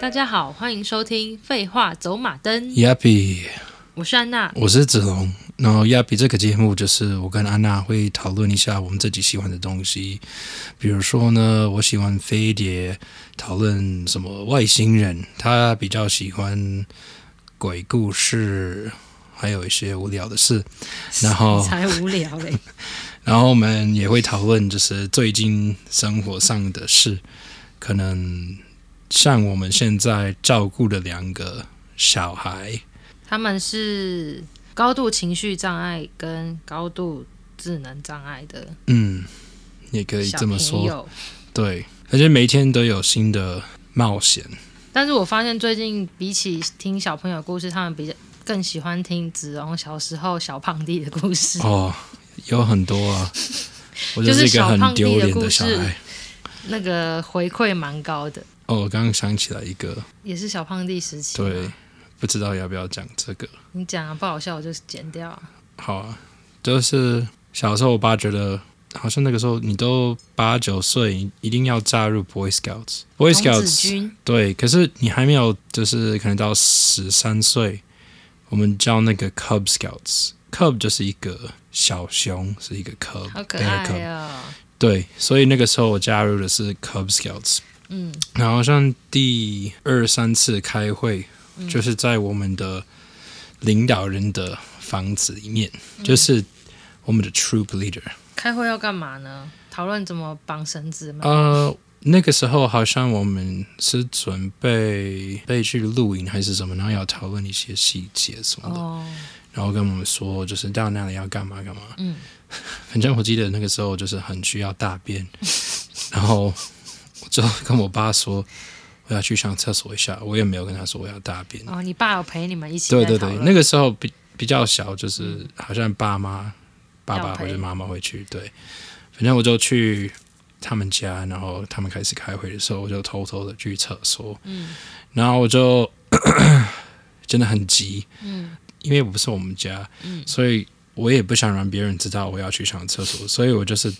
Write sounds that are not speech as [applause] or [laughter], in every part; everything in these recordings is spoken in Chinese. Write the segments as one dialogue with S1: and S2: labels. S1: 大家好，欢迎收听《废话走马灯》，
S2: 亚比，
S1: 我是安娜。
S2: 我是子龙。然后亚比这个节目就是我跟安娜会讨论一下我们自己喜欢的东西，比如说呢，我喜欢飞碟，讨论什么外星人，她比较喜欢鬼故事，还有一些无聊的事。然后
S1: 才无聊欸嘞，
S2: [laughs] 然后我们也会讨论，就是最近生活上的事，可能像我们现在照顾的两个小孩，
S1: 他们是高度情绪障碍跟高度智能障碍的
S2: 嗯，也可以
S1: 小
S2: 这么
S1: 朋
S2: 说，
S1: 友。
S2: 对，而且每天都有新的冒险，
S1: 但是我发现最近比起听小朋友的故事，他们比较更喜欢听子荣小时候小胖弟的故事。
S2: 哦，有很多
S1: [laughs]
S2: 啊。我
S1: 就是
S2: 是一个
S1: 小胖
S2: 很
S1: 弟的
S2: 丢脸
S1: 故
S2: 小
S1: 事
S2: 孩。
S1: 那个回馈蛮高的，
S2: 哦，我刚刚想起来一个，
S1: 也是小胖弟时期嘛。
S2: 对，不知道要不要讲这个。
S1: 你讲啊，不好笑我就剪掉啊。
S2: 好啊，就是小时候我爸觉得，好像那个时候你都八九岁，一定要加入 Boy Scouts。Boy
S1: 童子
S2: Scouts
S1: 军
S2: 对，可是你还没有，就是可能到十三岁，我们叫那个 Cub Scouts。Cub 就是一个小熊，是一个 Cub，
S1: 好可
S2: bear cub
S1: 爱哦。
S2: 对，所以那个时候我加入的是 Cub Scouts，
S1: 嗯，
S2: 然后好像第二三次开会，
S1: 嗯
S2: 就是在我们的领导人的房子里面，
S1: 嗯
S2: 就是我们的 Troop Leader。
S1: 开会要干嘛呢？讨论怎么绑绳子吗？
S2: 呃，那个时候好像我们是准备被去露营还是什么，然后要讨论一些细节什么的，
S1: 哦，
S2: 然后跟我们说就是到那里要干嘛干嘛。
S1: 嗯，
S2: [laughs] 反正我记得那个时候就是很需要大便，然后我就跟我爸说我要去上厕所一下，我也没有跟他说我要大便。
S1: 哦，你爸有陪你们一起
S2: 对
S1: 在
S2: 对
S1: 讨
S2: 对，
S1: 论
S2: 那个时候比比较小，就是好像爸妈、爸
S1: 要
S2: 爸
S1: 陪
S2: 或者妈妈会去。对，反正我就去他们家，然后他们开始开会的时候，我就偷偷的去厕所。
S1: 嗯，
S2: 然后我就 [coughs] 真的很急，
S1: 嗯，
S2: 因为不是我们家，
S1: 嗯
S2: 所以我也不想让别人知道我要去上厕所，所以我就是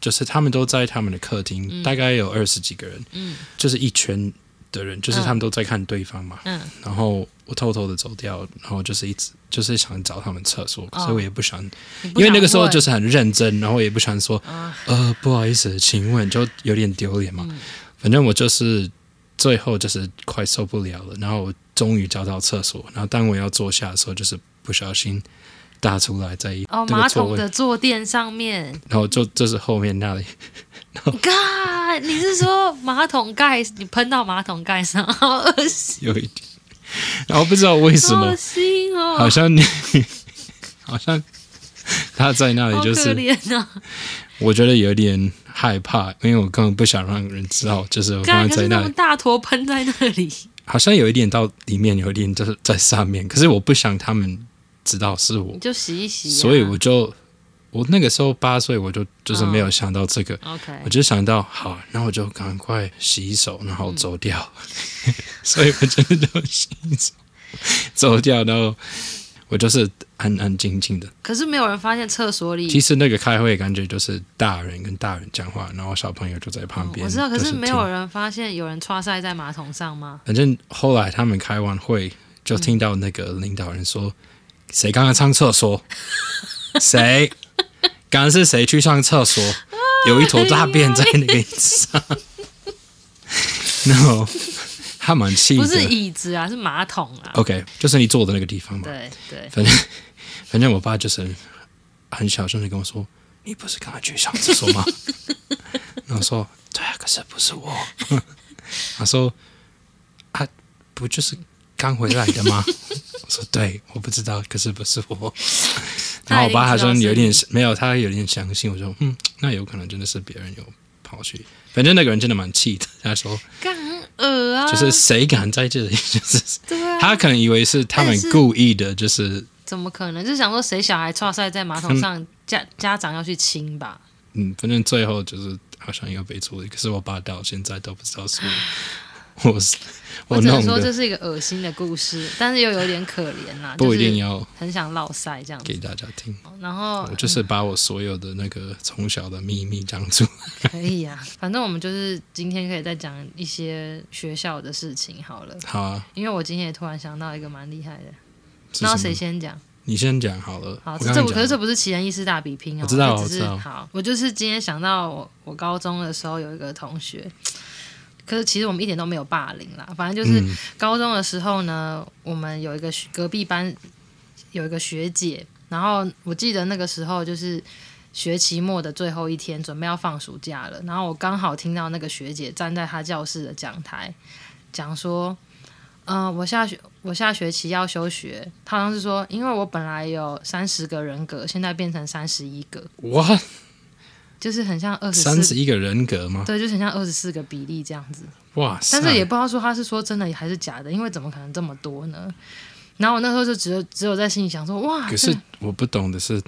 S2: 就是他们都在他们的客厅，大概有二十几个人，
S1: 嗯
S2: 就是一圈的人，就是他们都在看对方嘛。
S1: 嗯
S2: 然后我偷偷的走掉，然后就是一直就是想找他们厕所，可
S1: 哦
S2: 是我也不想，
S1: 你不
S2: 因为那个时候
S1: 想
S2: 就是很认真，然后也不想说，
S1: 问啊，嗯
S2: 呃，不好意思，请问，就有点丢脸嘛。反正我就是最后就是快受不了了，然后我终于找到厕所，然后当我要坐下的时候，就是不小心大出来在一
S1: 哦，
S2: 那
S1: 马
S2: 个座
S1: 桶
S2: 位，
S1: 的坐垫上面，
S2: 然后就就是后面那里，
S1: 嘎，你是说马桶盖你喷到马桶盖上，好恶心，
S2: 有一点，然后不知道为什
S1: 好
S2: 么
S1: 恶，心哦，
S2: 好像你 [laughs] 好像他在那里
S1: 好
S2: 就
S1: 可
S2: 是。
S1: 怜啊，
S2: 我觉得有点害怕，因为我根本不想让人知道，就是我
S1: 嘎，可
S2: 放
S1: 是
S2: 在那
S1: 那么
S2: 里，
S1: 大坨喷在那里，
S2: 好像有一点到里面，有一点就是在上面，可是我不想他们知道是我
S1: 你，就洗一洗啊，
S2: 所以我就我那个时候八岁，我就就是没有想到这个，
S1: OK
S2: 我。就想到好，那我就赶快洗手，然后走掉，
S1: 嗯
S2: [laughs] 所以我真的就洗手走掉，然后我就是安安静静的
S1: 可是没有人发现厕所里
S2: 其，实那个开会感觉就是大人跟大人讲话，然后小朋友就在旁
S1: 哦
S2: 边。
S1: 我知道，可
S2: 就是是
S1: 没有
S2: 听。
S1: 人发现有人刷塞在马桶上吗？
S2: 反正后来他们开完会，就听到那个领导人说：“谁刚刚上
S1: [laughs]
S2: 厕所？谁？刚刚是谁去上厕所？有一坨大便在那个椅子
S1: [laughs]
S2: 上。” [laughs] 然后他蛮气
S1: 不是
S2: 的。
S1: 椅子啊，是马桶啊。
S2: OK，就是你坐的那个地方嘛。
S1: 对对，
S2: 哦反正 [laughs] 反正我爸就是很小声的跟我说：“你不是刚才去上厕所吗？” [laughs] 然后我说：“对啊，可是不是我。” [laughs] 他说：“啊，不就是刚回来的吗？” [laughs] 我说：“对，我不知道，可是不是我。” [laughs] 然后我爸好像有点没有，他有点相信。我说：“嗯，那有可能真的是别人有跑去。”反正那个人真的蛮气的，他说
S1: 干很恶啊，：“
S2: 就是谁敢在这里？” [laughs] 就是
S1: 对啊，
S2: 他可能以为是他
S1: 但
S2: 们
S1: 是
S2: 故意的，就是
S1: 怎么可能？就想说谁小孩刷塞在马桶上，家家长要去亲吧？
S2: 嗯，反正最后就是好像又被处理，可是我爸到现在都不知道是我。我是
S1: 我只能
S2: 哦弄
S1: 说这
S2: 的，
S1: 是一个恶心的故事，但是又有点可怜呐、
S2: 不一定
S1: 就是
S2: 要
S1: 很想落塞这样
S2: 给
S1: 子。
S2: 大家听。
S1: 然后
S2: 我就是把我所有的那个从小的秘密讲出来。 [laughs]
S1: 可以哎呀、反正我们就是今天可以再讲一些学校的事情好了，
S2: 好啊，
S1: 因为我今天也突然想到一个蛮厉害的，
S2: 是
S1: 那
S2: 什
S1: 谁
S2: 么
S1: 先讲？
S2: 你先讲好了。
S1: 好，
S2: 我
S1: 这
S2: 刚
S1: 这
S2: 刚
S1: 不可是这
S2: 讲
S1: 不是奇人异事大比拼哦，
S2: 我知道
S1: 这
S2: 我
S1: 只
S2: 知
S1: 是
S2: 道
S1: 好，我就是今天想到我我高中的时候有一个同学，可是其实我们一点都没有霸凌啦，反正就是
S2: 嗯
S1: 高中的时候呢，我们有一个学隔壁班有一个学姐，然后我记得那个时候就是学期末的最后一天，准备要放暑假了，然后我刚好听到那个学姐站在她教室的讲台讲说。嗯、我下学我下学期要休学。她好像是说，因为我本来有三十个人格，现在变成三十一个，
S2: 哇，
S1: 就是很像二十
S2: 三十
S1: 四，
S2: 一个人格吗？
S1: 对，就是很像二十四个比例这样子。
S2: 哇塞！
S1: 但是也不知道说他是说真的还是假的，因为怎么可能这么多呢？然后我那时候就只有只有在心里想说，哇，
S2: 可
S1: 真
S2: 是
S1: 的
S2: 我不懂的是，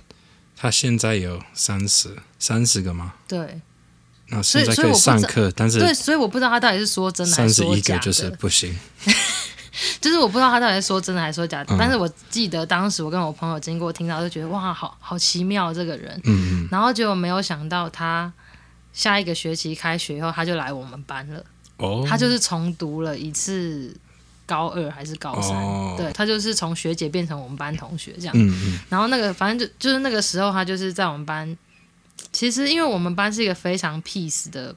S2: 他现在有三十三十个吗？
S1: 对
S2: 那
S1: 所以
S2: 现在
S1: 所以
S2: 可
S1: 我不知
S2: 上课，但是
S1: 对，所以我不知道他到底是说真的还
S2: 三
S1: 是
S2: 十
S1: 说
S2: 一
S1: 假
S2: 个
S1: 的，
S2: 就是不行。
S1: 就是我不知道他到底是说真的还是说假的。
S2: 嗯
S1: 但是我记得当时我跟我朋友经过听到，就觉得哇，好好奇妙这个人。
S2: 嗯，嗯
S1: 然后结果没有想到他下一个学期开学以后，他就来我们班了。
S2: 哦，
S1: 他就是重读了一次高二还是高三，
S2: 哦
S1: 对他就是从学姐变成我们班同学这样。
S2: 嗯嗯
S1: 然后那个反正就就是那个时候，他就是在我们班。其实因为我们班是一个非常 peace 的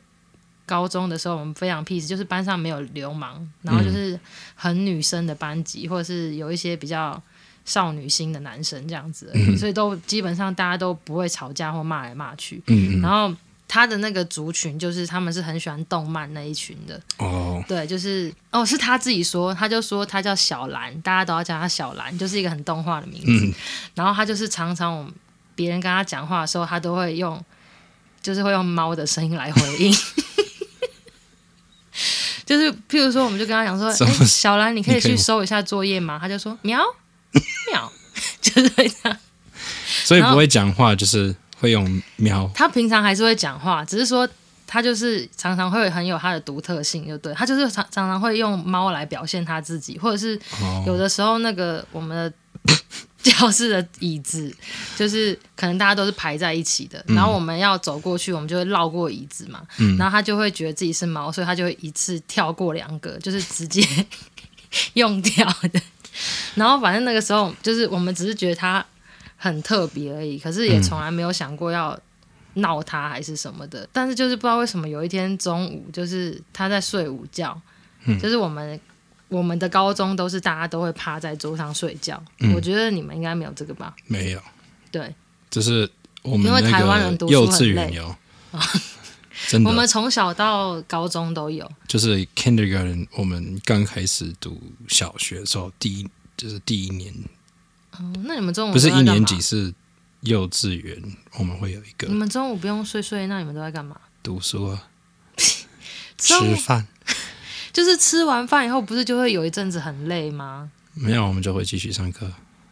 S1: 高中的时候，我们非常 peace，就是班上没有流氓，然后就是很女生的班级，或者是有一些比较少女心的男生这样子而已，所以都基本上大家都不会吵架或骂来骂去。
S2: 嗯嗯
S1: 然后他的那个族群就是他们是很喜欢动漫那一群的，
S2: 哦，
S1: 对，就是哦，是他自己说，他就说他叫小兰，大家都要叫他小兰，就是一个很动画的名字。
S2: 嗯
S1: 然后他就是常常我们别人跟他讲话的时候，他都会用，就是会用猫的声音来回应。 [laughs] 就是譬如说，我们就跟他讲说：“
S2: 什
S1: 哎、
S2: 么
S1: 小兰，你可以
S2: 你可以
S1: 去
S2: 吗
S1: 收一下作业吗？”他就说：“喵喵。”就是会这样。
S2: 所以不会讲话，就是会用喵。
S1: 他平常还是会讲话，只是说他就是常常会很有他的独特性，就对他就是常常常会用猫来表现他自己，或者是有
S2: 哦，
S1: 的时候那个我们的 [laughs] 教室的椅子，就是可能大家都是排在一起的，然后我们要走过去，我们就会绕过椅子嘛，然后他就会觉得自己是猫，所以他就会一次跳过两个，就是直接 [laughs] 用掉的。然后反正那个时候就是我们只是觉得他很特别而已，可是也从来没有想过要。闹他还是什么的，但是就是不知道为什么有一天中午，就是他在睡午觉，就是我们我们的高中都是大家都会趴在桌上睡觉，
S2: 嗯
S1: 我觉得你们应该没有这个吧？
S2: 没有，
S1: 对，
S2: 就是我们
S1: 因为台湾人
S2: 那
S1: 读
S2: 个
S1: 书
S2: 幼
S1: 很
S2: 稚
S1: 累
S2: 园有， [laughs] 真
S1: 我们
S2: 的
S1: 从小到高中都有，
S2: 就是 kindergarten，我们刚开始读小学的时候，第一就是第一年
S1: 嗯，那你们中午
S2: 不是
S1: 都在
S2: 一
S1: 干
S2: 年
S1: 嘛
S2: 级，是幼稚园，我们会有一
S1: 你
S2: 个
S1: 们中午不用睡睡，那你们都在干嘛？
S2: 读书啊、
S1: 中午
S2: 吃饭。
S1: 就是吃完饭以后，不是就会有一阵子很累吗？
S2: 没有，我们就会继续上课。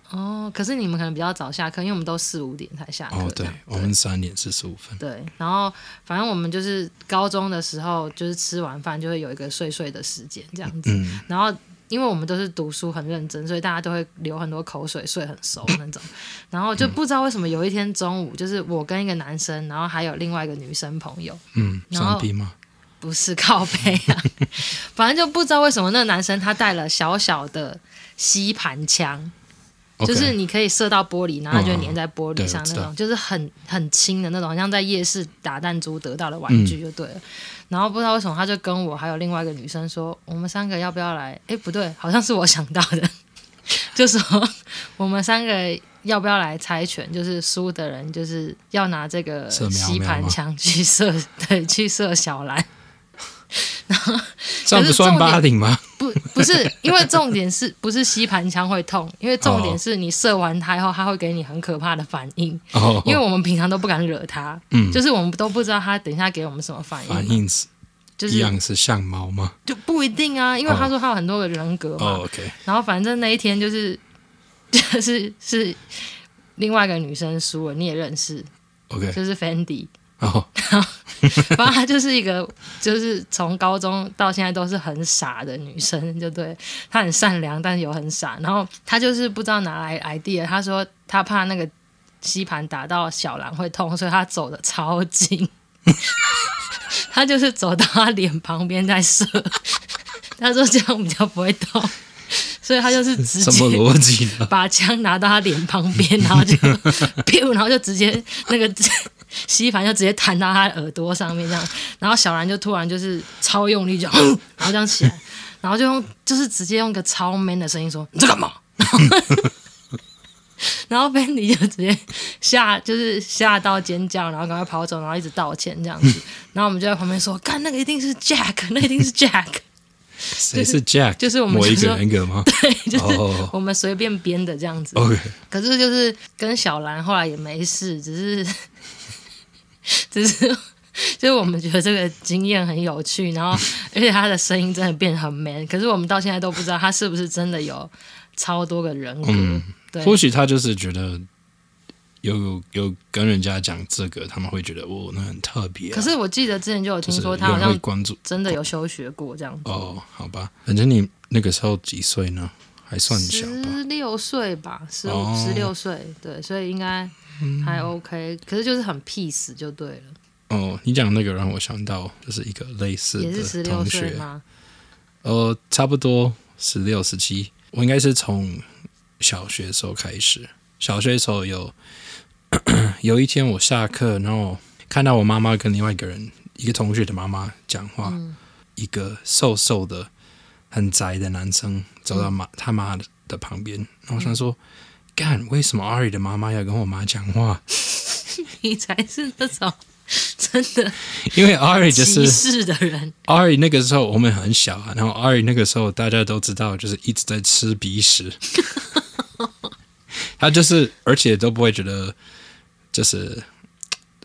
S1: 哦，可是你们可能比较早下课，因为我们都四五点才下课。
S2: 哦，
S1: 这
S2: 对
S1: 样，
S2: 我们三点四十五分。
S1: 对，然后反正我们就是高中的时候，就是吃完饭就会有一个睡睡的时间这样子。
S2: 嗯
S1: 然后因为我们都是读书很认真，所以大家都会流很多口水，睡很熟那种。然后就不知道为什么有一天中午，就是我跟一个男生，然后还有另外一个女生朋友，
S2: 嗯，
S1: 然后
S2: 三 P 吗？
S1: 不是靠背啊， [laughs] 反正就不知道为什么那个男生他带了小小的吸盘枪。就
S2: OK
S1: 是你可以射到玻璃，然后它就会粘在玻璃上那
S2: 嗯嗯嗯对我知
S1: 种，
S2: 道
S1: 就是很很轻的那种，很像在夜市打弹珠得到的玩具就对了。然后不知道为什么，他就跟我还有另外一个女生说，我们三个要不要来？诶，不对，好像是我想到的， [laughs] 就说我们三个要不要来猜拳？就是输的人就是要拿这个
S2: 射喵喵
S1: 吸盘
S2: 吗
S1: 枪去射，对，去射小兰。
S2: 这样不算八零吗？
S1: 不不是，因为重点是不是吸盘枪会痛？因为重点是你射完它以后，它会给你很可怕的反应。
S2: 哦，
S1: 因为我们平常都不敢惹它，
S2: 嗯
S1: 就是我们都不知道它等一下给我们什么反应，
S2: 反应是
S1: 就
S2: 一
S1: 是
S2: 样是像猫吗？
S1: 就不一定啊。因为他说他有很多个人格嘛，
S2: 哦，OK，
S1: 然后反正那一天就是 [laughs] 就是是另外一个女生输了，你也认识，
S2: OK，
S1: 就是 Fendi。
S2: 哦，
S1: [laughs] 反正她就是一个，就是从高中到现在都是很傻的女生，就对她很善良，但是有很傻。然后她就是不知道哪来 idea，她说她怕那个吸盘打到小兰会痛，所以她走的超近， [laughs] 她就是走到她脸旁边再射。她说这样比较不会痛，所以她就是直
S2: 什么
S1: 接
S2: 逻辑
S1: [laughs]
S2: 呢？
S1: 把枪拿到他脸旁边，然后就 pew，然后就直接那个吸盘就直接弹到他耳朵上面这样，然后小兰就突然就是超用力就，然后这样起来，然后就用就是直接用个超 man 的声音说你在干嘛？ [laughs] 然后 Benny 就直接吓，就是吓到尖叫，然后赶快跑走，然后一直道歉这样子。然后我们就在旁边说：“看，那个一定是 Jack，那一定是 Jack。”
S2: 谁是 Jack？
S1: 就是我们
S2: 某一
S1: 想说
S2: 个
S1: [laughs]
S2: 人格吗？
S1: 对，就是
S2: 哦
S1: 我们随便编的这样子。
S2: ，OK，
S1: 可是就是跟小兰后来也没事，只是 [laughs] 只是就是我们觉得这个经验很有趣，然后而且她的声音真的变得很 man，可是我们到现在都不知道她是不是真的有超多个人格。
S2: 嗯
S1: 对，
S2: 或许他就是觉得有有跟人家讲这个，他们会觉得哦，那很特别啊、
S1: 可是我记得之前就有
S2: 就
S1: 听
S2: 是
S1: 说
S2: 有
S1: 她好
S2: 人会
S1: 像
S2: 关注
S1: 真的有休学过这样子，
S2: 哦，好吧，反正你那个时候几岁呢？还算小吧，
S1: 十六岁吧，十五
S2: 哦嗯
S1: 十六岁，对，所以应该还 OK，、可是就是很 peace 就对了，
S2: 哦，你讲那个让我想到就是一个类似
S1: 也是十
S2: 的
S1: 六
S2: 同
S1: 岁
S2: 学，
S1: 吗？ [laughs]
S2: 呃，差不多十六、十七，我应该是从小学的时候开始。小学的时候有 [coughs] 有一天我下课，然后看到我妈妈跟另外一个人，一个同学的妈妈讲话，
S1: 嗯
S2: 一个瘦瘦的、很宅的男生走到
S1: 嗯
S2: 妈、他妈的旁边，然后我想说，干，为什么阿宇的妈妈要跟我妈讲话？ [laughs]
S1: 你才是那种真的
S2: 因为阿宇就
S1: 歧
S2: 是
S1: 视的
S2: [laughs]
S1: 人，
S2: 阿姨那个时候我们很小啊，然后阿姨那个时候大家都知道，就是一直在吃鼻屎，他就是而且都不会觉得就是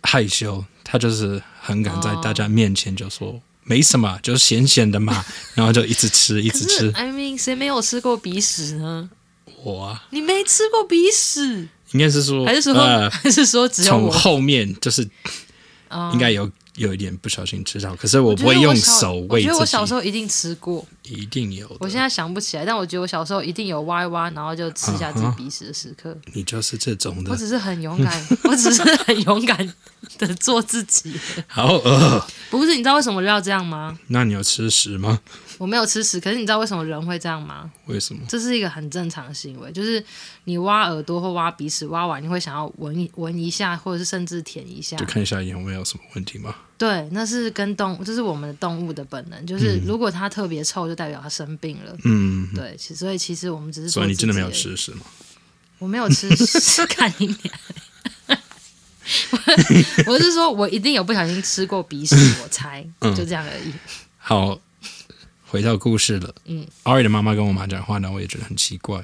S2: 害羞，他就是很敢在大家面前就说、没什么，就是咸咸的嘛，然后就一直吃一
S1: 可
S2: 直
S1: 是
S2: 吃。
S1: I mean，谁没有吃过鼻屎呢？
S2: 我啊，
S1: 你没吃过鼻屎，
S2: 应该是说
S1: 还是说、[laughs]
S2: 呃
S1: 还是说只有
S2: 从
S1: 我？
S2: 后面就是
S1: 哦
S2: 应该有有一点不小心吃到，可是我
S1: 我
S2: 不
S1: 觉得
S2: 会用
S1: 我小
S2: 手喂
S1: 我觉得我
S2: 自
S1: 小时
S2: 己，
S1: 候一定吃过，
S2: 一定有的。
S1: 我现在想不起来，但我觉得我小时候一定有挖一挖，然后就吃下
S2: 啊
S1: 自己鼻屎的时刻。
S2: 你就是这种
S1: 我
S2: 的，
S1: 只是很勇敢， [laughs] 我只是很勇敢的做自己。
S2: 好呃饿。
S1: 不是，你知道为什么要这样吗？
S2: 那你有吃屎吗？
S1: 我没有吃屎，可是你知道为什么人会这样吗？
S2: 为什么？
S1: 这是一个很正常的行为，就是你挖耳朵或挖鼻屎，挖完你会想要闻一闻一下，或者是甚至舔一下
S2: 就。看一下有没有什么问题吗？
S1: 对，那是跟动物，这是我们的动物的本能，就是如果它特别臭，就代表它生病了。
S2: 嗯，
S1: 对，其所以其实我们只是
S2: 所以你真的没有
S1: 做自己而已，
S2: 吃屎吗？
S1: 我没有吃，看你脸。 [laughs] 我我是说，我一定有不小心吃过鼻屎，我猜，
S2: 嗯
S1: 就这样而已。
S2: 好，回到故事了。
S1: 嗯，
S2: 阿瑞的妈妈跟我妈讲话，然后我也觉得很奇怪。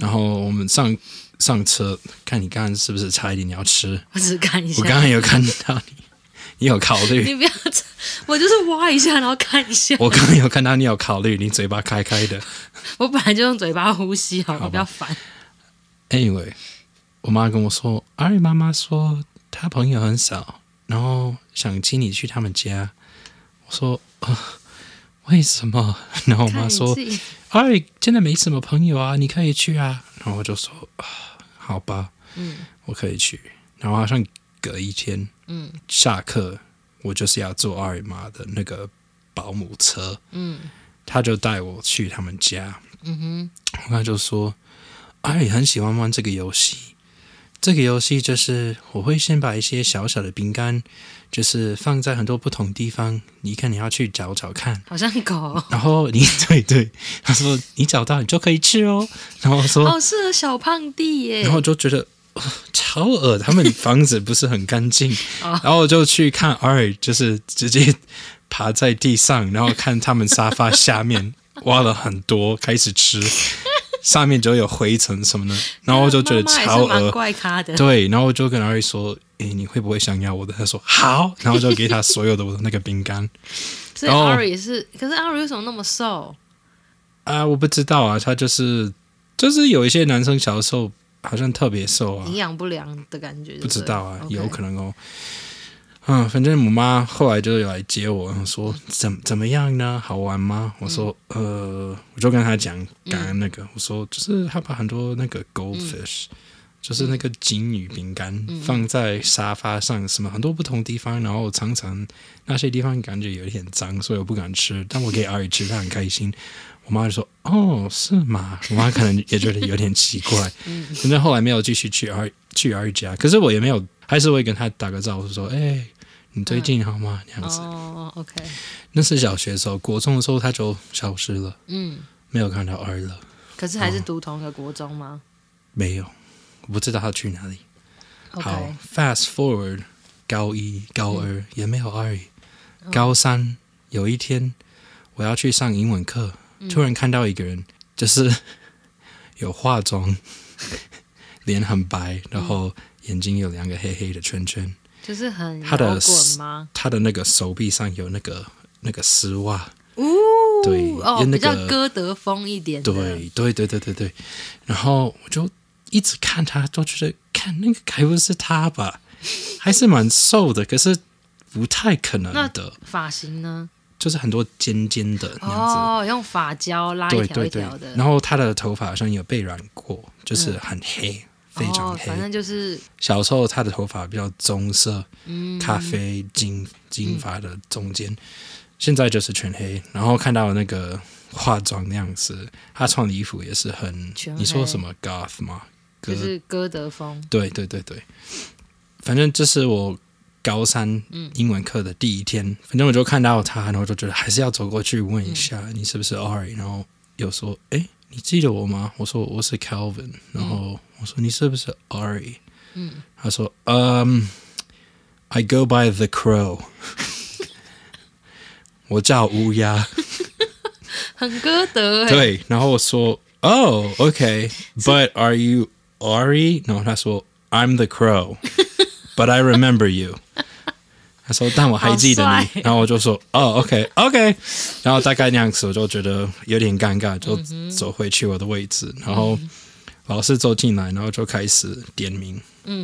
S2: 然后我们上上车，看你刚刚是不是差一点你要吃？
S1: 我只是看一
S2: 我刚
S1: 下，
S2: 刚有看到你，你有考
S1: [laughs]
S2: 虑。
S1: 你不要这，我就是挖一下，然后看一下。
S2: 我刚刚有看到你有考虑，你嘴巴开开的。
S1: 我本来就用嘴巴呼吸，好吗？
S2: 吧
S1: 不要烦。
S2: Anyway，我妈跟我说，阿瑞妈妈说她朋友很少，然后想请你去他们家。我说啊、为什么？ [laughs] 然后我妈
S1: 看你
S2: 说
S1: 自，己
S2: 阿瑞真的没什么朋友啊，你可以去啊。然后我就说啊，好吧，
S1: 嗯
S2: 我可以去。然后好像隔一天
S1: 嗯
S2: 下课，我就是要坐阿瑞妈的那个保姆车，
S1: 嗯
S2: 她就带我去他们家。
S1: 嗯哼，
S2: 他就说：“阿宇很喜欢玩这个游戏。这个游戏就是我会先把一些小小的饼干，就是放在很多不同地方，你看你要去找找看。
S1: 好像狗哦
S2: 然后你 [laughs] 对对，他说你找到你就可以吃哦。然后我说，
S1: 哦，是个小胖弟耶
S2: 然。后我就觉得。”哦超恶！他们房子不是很干净，
S1: [laughs] 哦
S2: 然后我就去看阿尔，就是直接爬在地上，然后看他们沙发下
S1: [laughs]
S2: 面挖了很多，开始吃，上面就有灰尘什么的，然后我就觉得
S1: 妈妈也
S2: 超
S1: 是蛮
S2: 恶。
S1: 怪咖的。
S2: 对，然后我就跟阿瑞说：“诶，你会不会想要我的？”他说：“好。”然后就给他所有的我的那个饼干。
S1: 所以
S2: 然后
S1: 阿瑞也是，可是阿瑞为什么那么瘦？
S2: 啊，我不知道啊，他就是就是有一些男生小时候好像特别瘦啊
S1: 营，养不良的感觉就对了，
S2: 不知道啊，
S1: OK
S2: 有可能哦。嗯，反正我妈后来就来接我，说怎怎么样呢？好玩吗？我说、
S1: 嗯
S2: 呃，我就跟她讲刚刚那个，我说就是她把很多那个 goldfish，、就是
S1: 嗯
S2: 那个金鱼饼干放在沙发上，什么很多不同地方，然后常常那些地方感觉有一点脏，所以我不敢吃，但我给阿姨吃，她很开心。我妈就说：“哦，是吗？”我妈可能也觉得有点奇怪，反正后来没有继续去阿去阿姨家，可是我也没有，还是会跟她打个招呼说：“哎、你最近好吗？”那样子。
S1: 哦，OK，
S2: 那是小学的时候，国中的时候他就消失了，
S1: 嗯，
S2: 没有看到二了，
S1: 可是还是读同一个国中吗
S2: 没有，我不知道他去哪里。哦好
S1: ？OK，嗯
S2: ，fast forward，高一、高二、也没有二，高三有一天我要去上英文课，
S1: 嗯
S2: 突然看到一个人，就是 [laughs] 有化妆， [laughs] 脸很
S1: 嗯
S2: 白，然后眼睛有两个黑黑的圈圈，
S1: 就是很
S2: 他
S1: 摇
S2: 的
S1: 滚吗？
S2: 他的那个手臂上有那个那个丝袜，
S1: 哦，
S2: 对
S1: 哦，
S2: 因
S1: 比
S2: 为那
S1: 较
S2: 个
S1: 歌德风一点的，
S2: 对对对对对对，然后我就一直看他，都觉得看那个该不是他吧？还是蛮瘦的，可是不太可能
S1: 那
S2: 的，
S1: 发型呢？
S2: 就是很多尖尖的那样子。
S1: 哦，用发胶拉一
S2: 对
S1: 条
S2: 对
S1: 一
S2: 对
S1: 条的，，
S2: 然后他的头发好像有被染过，就是很黑，非常
S1: 哦
S2: 黑。
S1: 反正就是
S2: 小时候他的头发比较棕色，
S1: 嗯
S2: 咖啡金金发的中间，现在就是全黑。然后看到那个化妆那样子，他穿的衣服也是很
S1: 全，黑
S2: 你说什么 goth 吗？哥，
S1: 就是歌德风，
S2: 对对对对，反正这是我高三英文课的第一天，反正我就看到他，然后就觉得还是要走过去问一下、你是不是 Ari，然后有说，哎，你记得我吗？我说我是 Calvin，然后我说你是不是 Ari？嗯，他说，嗯、i go by the crow，我叫乌鸦。
S1: 很歌德哎，
S2: 对，然后我说，Oh, okay, but are you Ari？然后他说，I'm the crow, but I remember you。他说，但我还记得
S1: 好
S2: 你。然后我就说，哦、o k o k 然后大概那样子，我就觉得有点尴尬，就走回去我的位置。然后老师走进来，然后就开始点名，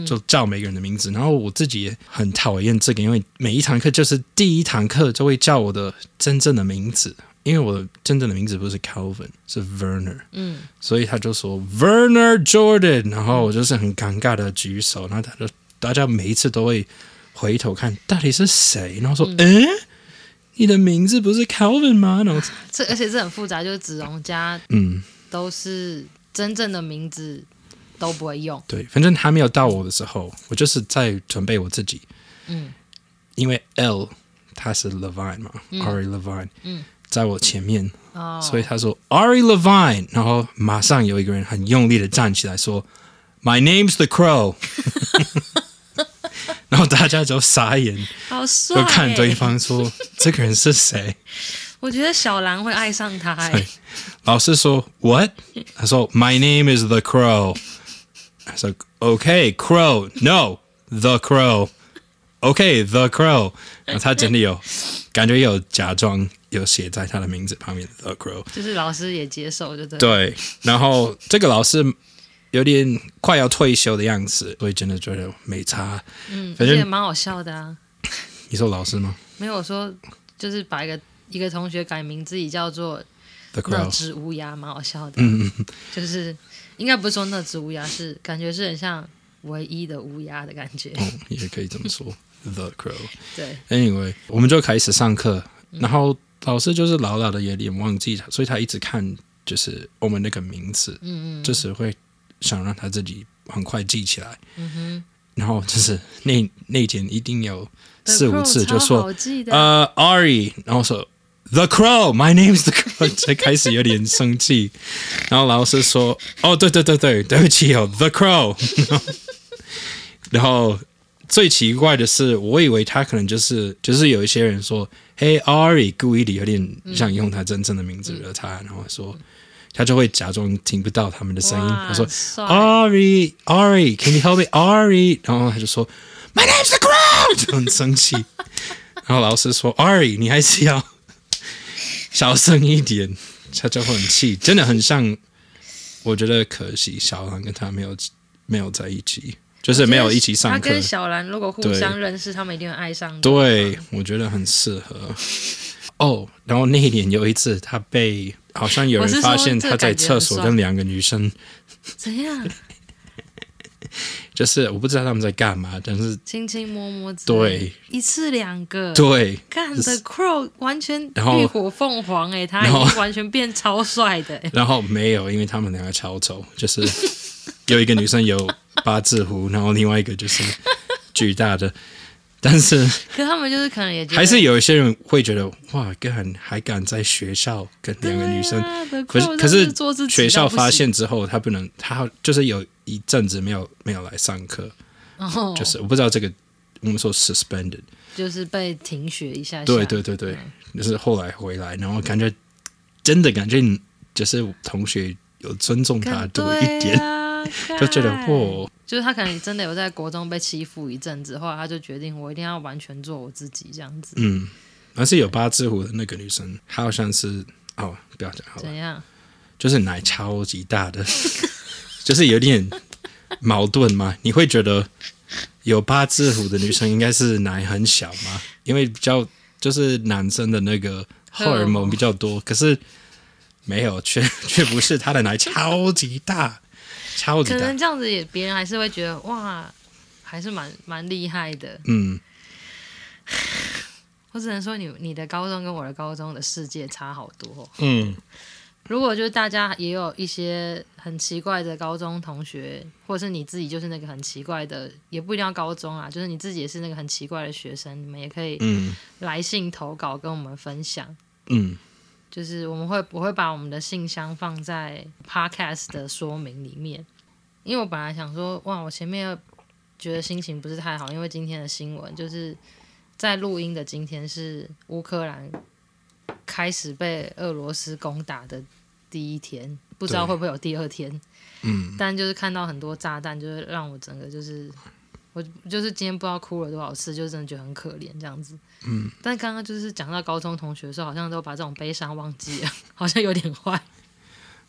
S2: 就叫每个人的名字。然后我自己也很讨厌这个，因为每一堂课就是第一堂课就会叫我的真正的名字，因为我真正的名字不是 Calvin，是 Verner。嗯，所以他就说 Verner Jordan，然后我就是很尴尬的举手，然后他就大家每一次都会回头看到底是谁，然后说，嗯。你的名字不是 Calvin 吗？然后，
S1: 这而且这很复杂，就是子荣家
S2: 嗯，
S1: 都是真正的名字都不会用，
S2: 对，反正还没有到我的时候，我就是在准备我自己。
S1: 嗯，
S2: 因为 L 他是 Levine 嘛、a r i Levine，
S1: 嗯，
S2: 在我前面，
S1: 哦，
S2: 所以他说 Ari Levine，然后马上有一个人很用力的站起来说 My name's the Crow，然后大家就傻眼，
S1: 好帅、
S2: 就
S1: 欸，
S2: 看对方说这个人是谁。
S1: 我觉得小兰会爱上他、欸，
S2: 对老师说 What？他说 My name is the Crow。I said Okay, Crow. No, the Crow. Okay, the Crow. 然后他真的有感觉有假装有写在他的名字旁边 the Crow。
S1: 就是老师也接受，对不对？
S2: 对，啊然后这个老师有点快要退休的样子，所以真的觉得没差。
S1: 嗯，而
S2: 反正
S1: 且也蛮好笑的啊。
S2: 你说老师吗
S1: 没有说就是把一个一个同学改名自己叫做
S2: ？The
S1: 那
S2: Crow。
S1: 只乌鸦，蛮好笑的。
S2: 嗯
S1: 就是应该不是说那只乌鸦，是感觉是很像唯一的乌鸦的感觉。
S2: 嗯，也可以这么说，the Crow。
S1: 对，
S2: Anyway，我们就开始上课，
S1: 嗯
S2: 然后老师就是老老的有点忘记他，所以他一直看就是我们那个名字，
S1: 嗯嗯
S2: 就是会想让他自己很快记起来。
S1: 嗯
S2: 然后就是那那天一定有四五次就说
S1: 好记得，
S2: 呃 Ari，然后说 The Crow，My name's
S1: [laughs]
S2: The Crow，才开始有点生气。然后老师说哦对对对对，对不起哦 The Crow 然后。然后最奇怪的是，我以为他可能就是就是有一些人说嘿 Ari，故意的有点想用他真正的名字惹他，然后说。他就会假装听不到他们的声音，
S1: 哇
S2: 他说
S1: 很帅
S2: Ari Ari，Can you help me Ari？然后他就说 My name's the Crow，就很生气。 [laughs] 然后老师说：“Ari，你还是要小声一点。”他就会很气，真的很像。我觉得可惜，小兰跟他没有没有在一起，就是没有一起上
S1: 他
S2: 课
S1: 跟。小兰如果互相认识，他们一定会爱上的。
S2: 对，我觉得很适合。哦，然后那一年有一次，他被好像有
S1: 我是
S2: 人
S1: 说
S2: 发现
S1: 这
S2: 他
S1: 个
S2: 在
S1: 感觉
S2: 厕
S1: 很
S2: 所
S1: 爽
S2: 跟两个女生，
S1: 怎样？
S2: 就是我不知道他们在干嘛，但是
S1: 亲亲摸摸之类的
S2: 对，
S1: 一次两个。
S2: 对，
S1: 看 The Crow 完全
S2: 然后
S1: 浴火凤凰哎、他已
S2: 然后
S1: 经完全变超帅的、
S2: [laughs]
S1: 欸，
S2: 然后没有，因为他们两个超丑，就是
S1: [laughs]
S2: 有一个女生有八字胡，然后另外一个就是巨大的，但是
S1: 可他们就是可能也觉得
S2: 还是有一些人会觉得哇，敢还敢在学校跟
S1: 对
S2: 两个女生，
S1: 啊、The
S2: 可
S1: Crow
S2: 是
S1: 真的
S2: 可是
S1: 是做自己
S2: 学校
S1: 到不
S2: 发
S1: 行，
S2: 现之后，他不能，他就是有一阵子没有没有来上课，
S1: 然后
S2: 就是我不知道这个我们说 suspended，
S1: 哦就是啊嗯被停学一下下，
S2: 对对对对，就是后来回来，然后感觉真的感觉你就是同学有尊重他
S1: 看，
S2: 多一
S1: 对。
S2: 点
S1: 啊、
S2: 就觉得
S1: 看
S2: 哦，
S1: 就是他可能真的有在国中被欺负一阵子，后来他就决定我一定要完全做我自己这样子，
S2: 嗯，而是有八字胡的那个女生，她好像是哦，不要讲好了
S1: 怎，样？
S2: 就是奶超级大的， [laughs] 就是有点矛盾嘛。你会觉得有八字胡的女生应该是奶很小吗？因为比较就是男生的那个荷尔蒙比较多，可是没有，却却不是她的奶超级大，超级
S1: 可
S2: 大
S1: 能，这样子也别人还是会觉得哇，还是蛮蛮厉害的。
S2: 嗯。
S1: [laughs] 我只能说你你的高中跟我的高中的世界差好多哦、
S2: 嗯，
S1: 如果就是大家也有一些很奇怪的高中同学，或者是你自己就是那个很奇怪的，也不一定要高中啊，就是你自己也是那个很奇怪的学生，你们也可以
S2: 嗯
S1: 来信投稿跟我们分享。
S2: 嗯，
S1: 就是我们会我会把我们的信箱放在 podcast 的说明里面，因为我本来想说，哇，我前面觉得心情不是太好，因为今天的新闻就是在录音的今天是乌克兰开始被俄罗斯攻打的第一天，不知道
S2: 对
S1: 会不会有第二天，
S2: 嗯，
S1: 但就是看到很多炸弹，就是让我整个就是。我就是今天不知道哭了多少次，就真的觉得很可怜这样子。嗯，但刚刚就是讲到高中同学的时候，好像都把这种悲伤忘记了， [laughs] 好像有点坏。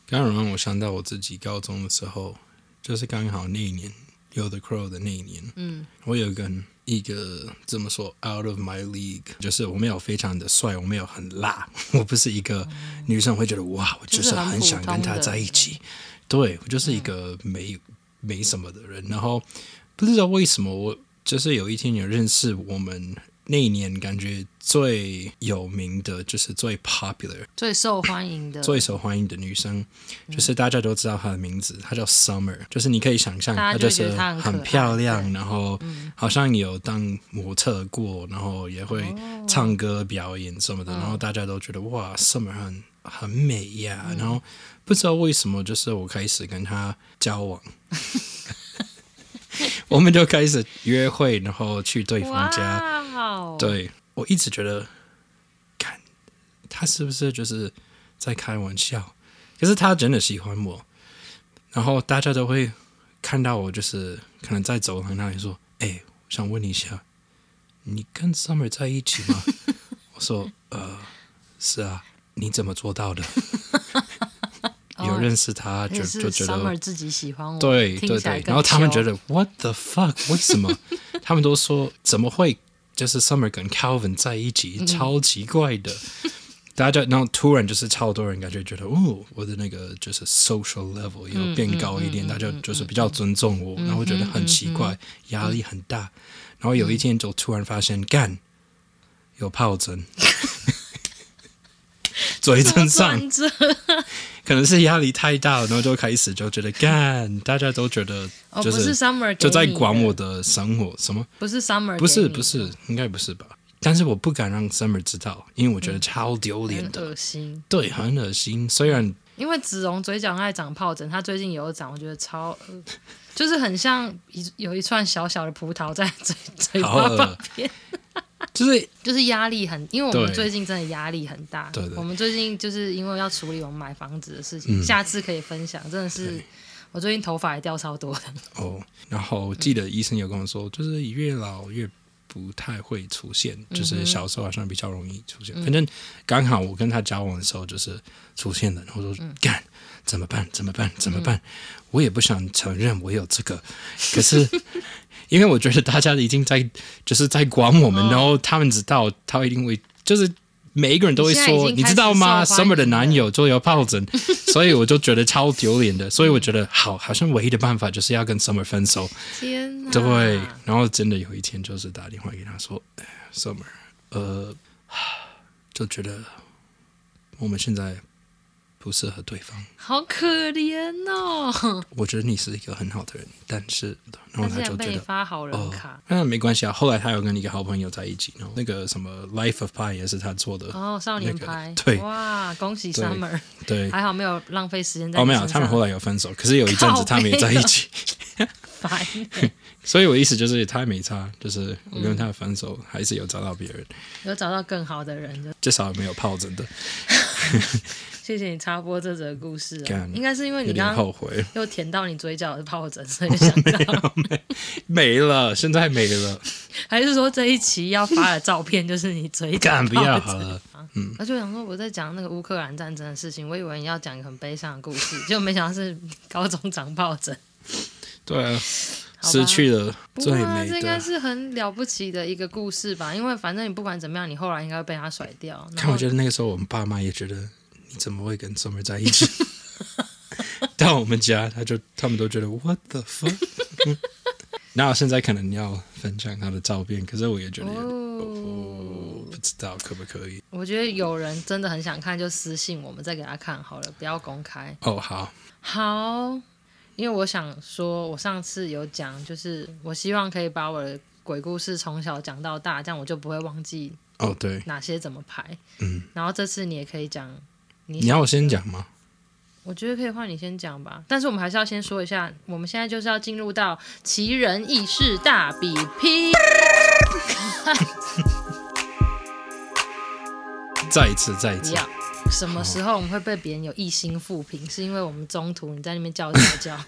S2: 刚好让我想到我自己高中的时候，就是刚好那一年有 The Crow 的那一年，
S1: 嗯，
S2: 我有跟一个怎么说 out of my league，就是我没有非常的帅，我没有很辣， [laughs] 我不是一个女生会觉得哇，我
S1: 哦就
S2: 就
S1: 是
S2: 是
S1: 很
S2: 很想
S1: 普通
S2: 跟他
S1: 的
S2: 在一起，对我就是一个
S1: 嗯
S2: 没、没什么的人。然后不知道为什么我就是有一天有认识我们那一年感觉最有名的就是最 popular
S1: 最受欢迎的，嗯
S2: 最受欢迎的女生，就是大家都知道她的名字，她叫 Summer，就是你可以想象
S1: 大家
S2: 她
S1: 就
S2: 就是
S1: 觉得她很可爱嗯
S2: 很漂亮，然后好像有当模特过，然后也会
S1: 哦
S2: 唱歌表演什么
S1: 嗯
S2: 的，然后大家都觉得哇，Summer 很很美呀，
S1: 嗯
S2: 然后不知道为什么，就是我开始跟她交往。 [laughs] 我们就开始约会，然后去对方家，
S1: 哇，，哦
S2: 对我一直觉得，看他是不是就是在开玩笑？可是他真的喜欢我，然后大家都会看到我，就是可能在走廊那里说：“哎、我想问你一下，你跟 Summer 在一起吗？” [laughs] 我说：“呃，是啊，你怎么做到 [laughs] 的？”有哦认识他就、
S1: 也
S2: 就是觉
S1: Summer
S2: 得
S1: 自己喜欢我，
S2: 对
S1: 听
S2: 对
S1: 起来
S2: 对，
S1: 更
S2: 然后他们
S1: 羞
S2: 觉得 What the fuck？为什么？ [laughs] 他们都说怎么会就是 Summer 跟 Calvin 在一起，
S1: 嗯
S2: 超奇怪的。 [laughs] 大家，然后突然就是超多人感觉觉得，哦，我的那个就是 social
S1: 嗯
S2: level 有变高一点，大家就是比较尊重我，然后我觉得很奇
S1: 嗯
S2: 怪，压力很大。然后有一天就突然发现，干有疱
S1: [laughs]
S2: [laughs] 疹，嘴
S1: 怎么
S2: 唇上
S1: 转折
S2: 可能是压力太大了，然后就开始就觉得干，大家都觉得
S1: 哦，
S2: 就
S1: 不是 Summer 给
S2: 就在
S1: 你的
S2: 管我，的生活，什么
S1: 不是 Summer，给
S2: 不是
S1: 你
S2: 不，是，应该不是吧？但是我不敢让 Summer 知道，因为我觉得超丢脸
S1: 很
S2: 的，
S1: 恶心。
S2: 对，很恶心。虽然
S1: 因为子荣嘴角爱长疱疹，他最近有长，我觉得超恶，就是很像一有一串小小的葡萄在 [laughs] 嘴嘴
S2: 好
S1: 巴
S2: 恶
S1: 旁边。
S2: 就是
S1: 就是压力很，因为我们
S2: 对
S1: 最近真的压力很大。
S2: 对对嗯
S1: 我们最近就是因为要处理我们买房子的事情，下次可以分享。真的是，我最近头发也掉超多的。
S2: 哦，然后记得医生有跟我说，就是越老越不太会出现，
S1: 嗯
S2: 就是小时候好像比较
S1: 嗯
S2: 容易出现。反正刚好我跟他交往的时候就是出现了，然后我说干，怎么办？怎么办？怎么办？我也不想承认我有这个，可是 [laughs] 因为我觉得大家已经在就是在管我
S1: 哦
S2: 们，然后他们知道，他一定会就是。每一个人都会
S1: 你现在已
S2: 说，
S1: 经
S2: 你
S1: 开
S2: 知
S1: 始
S2: 道吗？
S1: 受欢迎
S2: 什么的男友就有疱
S1: [laughs]
S2: 疹，所以我就觉得超丢脸的。所以我觉得好，好像唯一的办法就是要跟 Summer 分手。
S1: 天哪！
S2: 对，然后真的有一天就是打电话给他说哎，Summer，呃， [sighs] 就觉得我们现在不适合对方。
S1: 好可怜哦。
S2: 我觉得你是一个很好的人，但是，然后
S1: 他
S2: 他
S1: 竟
S2: 就
S1: 然
S2: 觉
S1: 被你
S2: 得。
S1: 发好人
S2: 哦
S1: 卡，
S2: 那没关系啊。后来他有跟一个好朋友在一起，然后那个什么《Life of Pi》也是他做的，
S1: 哦，少年
S2: 那个
S1: 派，
S2: 对
S1: 哇，恭喜
S2: 对
S1: Summer，
S2: 对。
S1: 还好没有浪费时间在
S2: 哦，
S1: 你
S2: 没有，
S1: 身
S2: 他们
S1: 上
S2: 后来有分手，可是有一阵
S1: 靠
S2: 子他们也在一起，
S1: 烦欸，
S2: [laughs] 所以我意思就是他没差，就是我
S1: 嗯
S2: 跟他分手、还是有找到别人，
S1: 有找到更好的人，就
S2: 至少没有疱疹的，
S1: 谢谢你插播这则故事哦、
S2: 干
S1: 应该是因为
S2: [laughs] 有
S1: 你
S2: 点
S1: 刚
S2: 后
S1: 刚
S2: 悔。
S1: 又舔到你嘴角的疱疹，所以就想到，
S2: [laughs] 没了，现在没了，
S1: 还是说这一期要发的照片就是你嘴角
S2: 干
S1: 的
S2: 不
S1: [laughs]
S2: 要嗯
S1: 疱
S2: 好
S1: 疹？
S2: 了。
S1: 我就想说我在讲那个乌克兰战争的事情，我以为你要讲一个很悲伤的故事，结果没想到是高中长疱疹。
S2: 对啊，
S1: 吧
S2: 失去了
S1: 不
S2: 最
S1: 过啊，
S2: 美
S1: 这应该
S2: 的。
S1: 是很了不起的一个故事吧？因为反正你不管怎么样，你后来应该会被他甩掉。然
S2: 看，
S1: 后
S2: 我觉得那个时候我们爸妈也觉得你怎么会跟 Summer 在一起？ [laughs] 到我们家，他就他们都觉得 What the fuck？那现在可能要分享他的照片，可是我也觉得有点、
S1: 哦
S2: 哦，不知道可不可以。
S1: 我觉得有人真的很想看，就私信我们再给他看好了，不要公开。
S2: 哦，好，
S1: 好，因为我想说，我上次有讲，就是我希望可以把我的鬼故事从小讲到大，这样我就不会忘记
S2: 哦对，
S1: 哪些怎么排。
S2: 嗯，
S1: 然后这次你也可以讲，你
S2: 你要我先讲吗？
S1: 我觉得可以换你先讲吧。但是我们还是要先说一下，我们现在就是要进入到奇人异事大比拼。
S2: 再一次，再一
S1: 不
S2: 次。
S1: 要，什么时候我们会被别人有一心复评？是因为我们中途你在那边叫叫叫，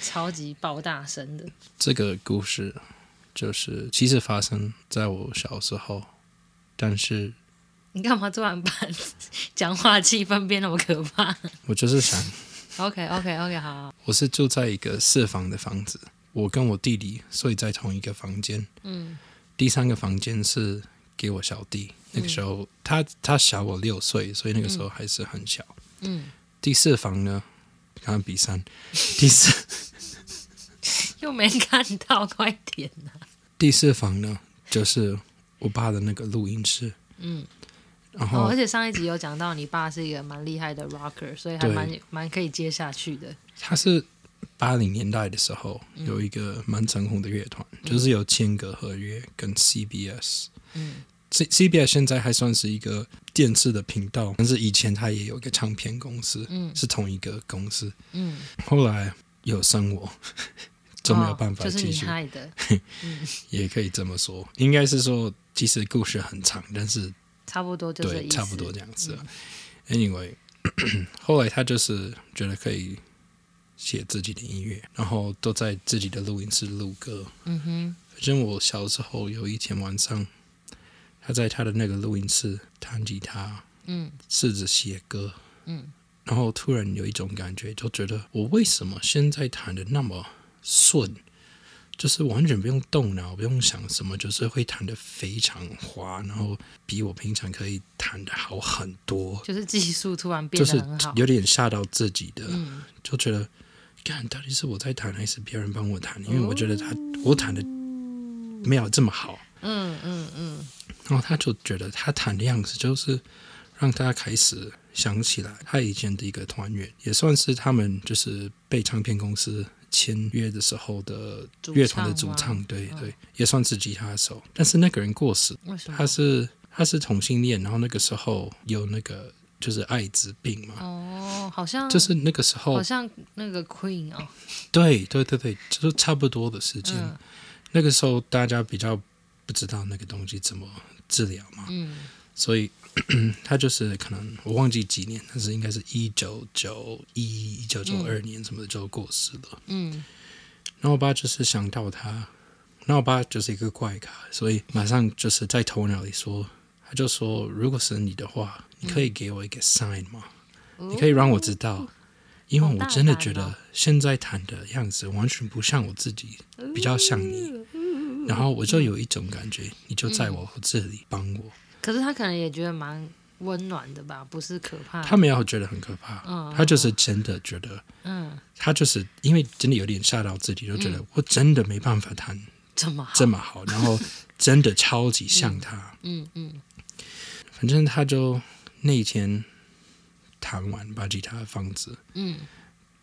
S1: 超级爆大声的。
S2: 这个故事就是其实发生在我小时候，但是
S1: 你干嘛突然把 [laughs] 讲话气氛变那么可怕
S2: 我就是想
S1: ？OK OK OK，好好，
S2: 我是住在一个四房的房子，我跟我弟弟睡在同一个房间。嗯，第三个房间是给我小弟，那
S1: 嗯
S2: 个时候、他他小我六岁，所以那个时候还是很小。
S1: 嗯，
S2: 第四房呢，刚刚比三，第四 [laughs]
S1: 又没看到，快点呐、
S2: 第四房呢就是我爸的那个录音室。
S1: 嗯，
S2: 然
S1: 哦，
S2: 后
S1: 而且上一集有讲到你爸是一个蛮厉害的 rocker，所以还
S2: 对
S1: 蛮蛮可以接下去的。
S2: 他是八零年代的时候
S1: 嗯
S2: 有一个蛮成功的乐团，就是有签个合约跟 CBS。
S1: 嗯
S2: C CBS 现在还算是一个电视的频道，但是以前它也有一个唱片公司，
S1: 嗯
S2: 是同一个公司。
S1: 嗯，
S2: 后来有生我， [laughs] 就没有办
S1: 哦
S2: 法
S1: 就是
S2: 继
S1: 你
S2: 续，
S1: 害的，
S2: 也可以这么说，应该是说其实故事很长，但是
S1: 差不多就这
S2: 对，
S1: 意思。嗯
S2: 差不多这样子啊。Anyway，后来他就是觉得可以写自己的音乐，然后都在自己的录音室录歌。
S1: 嗯哼，
S2: 反正我小时候有一天晚上，他在他的那个录音室弹吉他，
S1: 嗯，
S2: 试着写歌，
S1: 嗯，
S2: 然后突然有一种感觉，就觉得我为什么现在弹的那么顺？就是完全不用动脑，不用想什么，就是会弹的非常滑，然后比我平常可以弹的好很多，
S1: 就是技术突然变
S2: 就
S1: 得
S2: 是
S1: 很好。嗯
S2: 有点吓到自己的，就觉得，干到底是我在弹还是别人帮我
S1: 哦
S2: 弹？因为我觉得他我弹的没有这么好，
S1: 嗯嗯嗯，
S2: 然后他就觉得他弹的样子就是让他开始想起来他以前的一个团员，也算是他们就是被唱片公司签约的时候的
S1: 主
S2: 乐团的主
S1: 唱吗
S2: 唱，对对，也算是吉他手。但是那个人过世，
S1: 为什么
S2: 他？是他是同性恋，然后那个时候有那个就是艾滋病嘛，
S1: 哦，好像
S2: 就是哦那个时候
S1: 好，像那个 Queen 哦，
S2: 对对对对，就是差不多的时间。
S1: 嗯
S2: 那个时候大家比较不知道那个东西怎么治疗嘛，
S1: 嗯
S2: 所以 [clears throat] 他就是可能我忘记几年，但是应该是一九九一、一九九二年什么的就过世了。
S1: 嗯，
S2: 然后我爸就是想到他，然后我爸就是一个怪咖，所以马上就是在头脑里说，他就说，如果是你的话，你可以给我一个 sign 吗？你可以让我知道，因为
S1: 好
S2: 我
S1: 大
S2: 真的
S1: 胆
S2: 觉
S1: 哦
S2: 得现在弹的样子完全不像我自己，比较像你。然后我就有一种感觉，你就在我这里帮我。
S1: 可是他可能也觉得蛮温暖的吧，不是可怕的。
S2: 他没有觉得很可怕，
S1: 嗯
S2: 他就是真的觉得，
S1: 嗯，
S2: 他就是因为真的有点吓到自己，就觉得我真的没办法弹
S1: 这么好，
S2: 这么好，然后真的超级像他。
S1: 嗯嗯
S2: 反正他就那一天弹完，把吉他放置，
S1: 嗯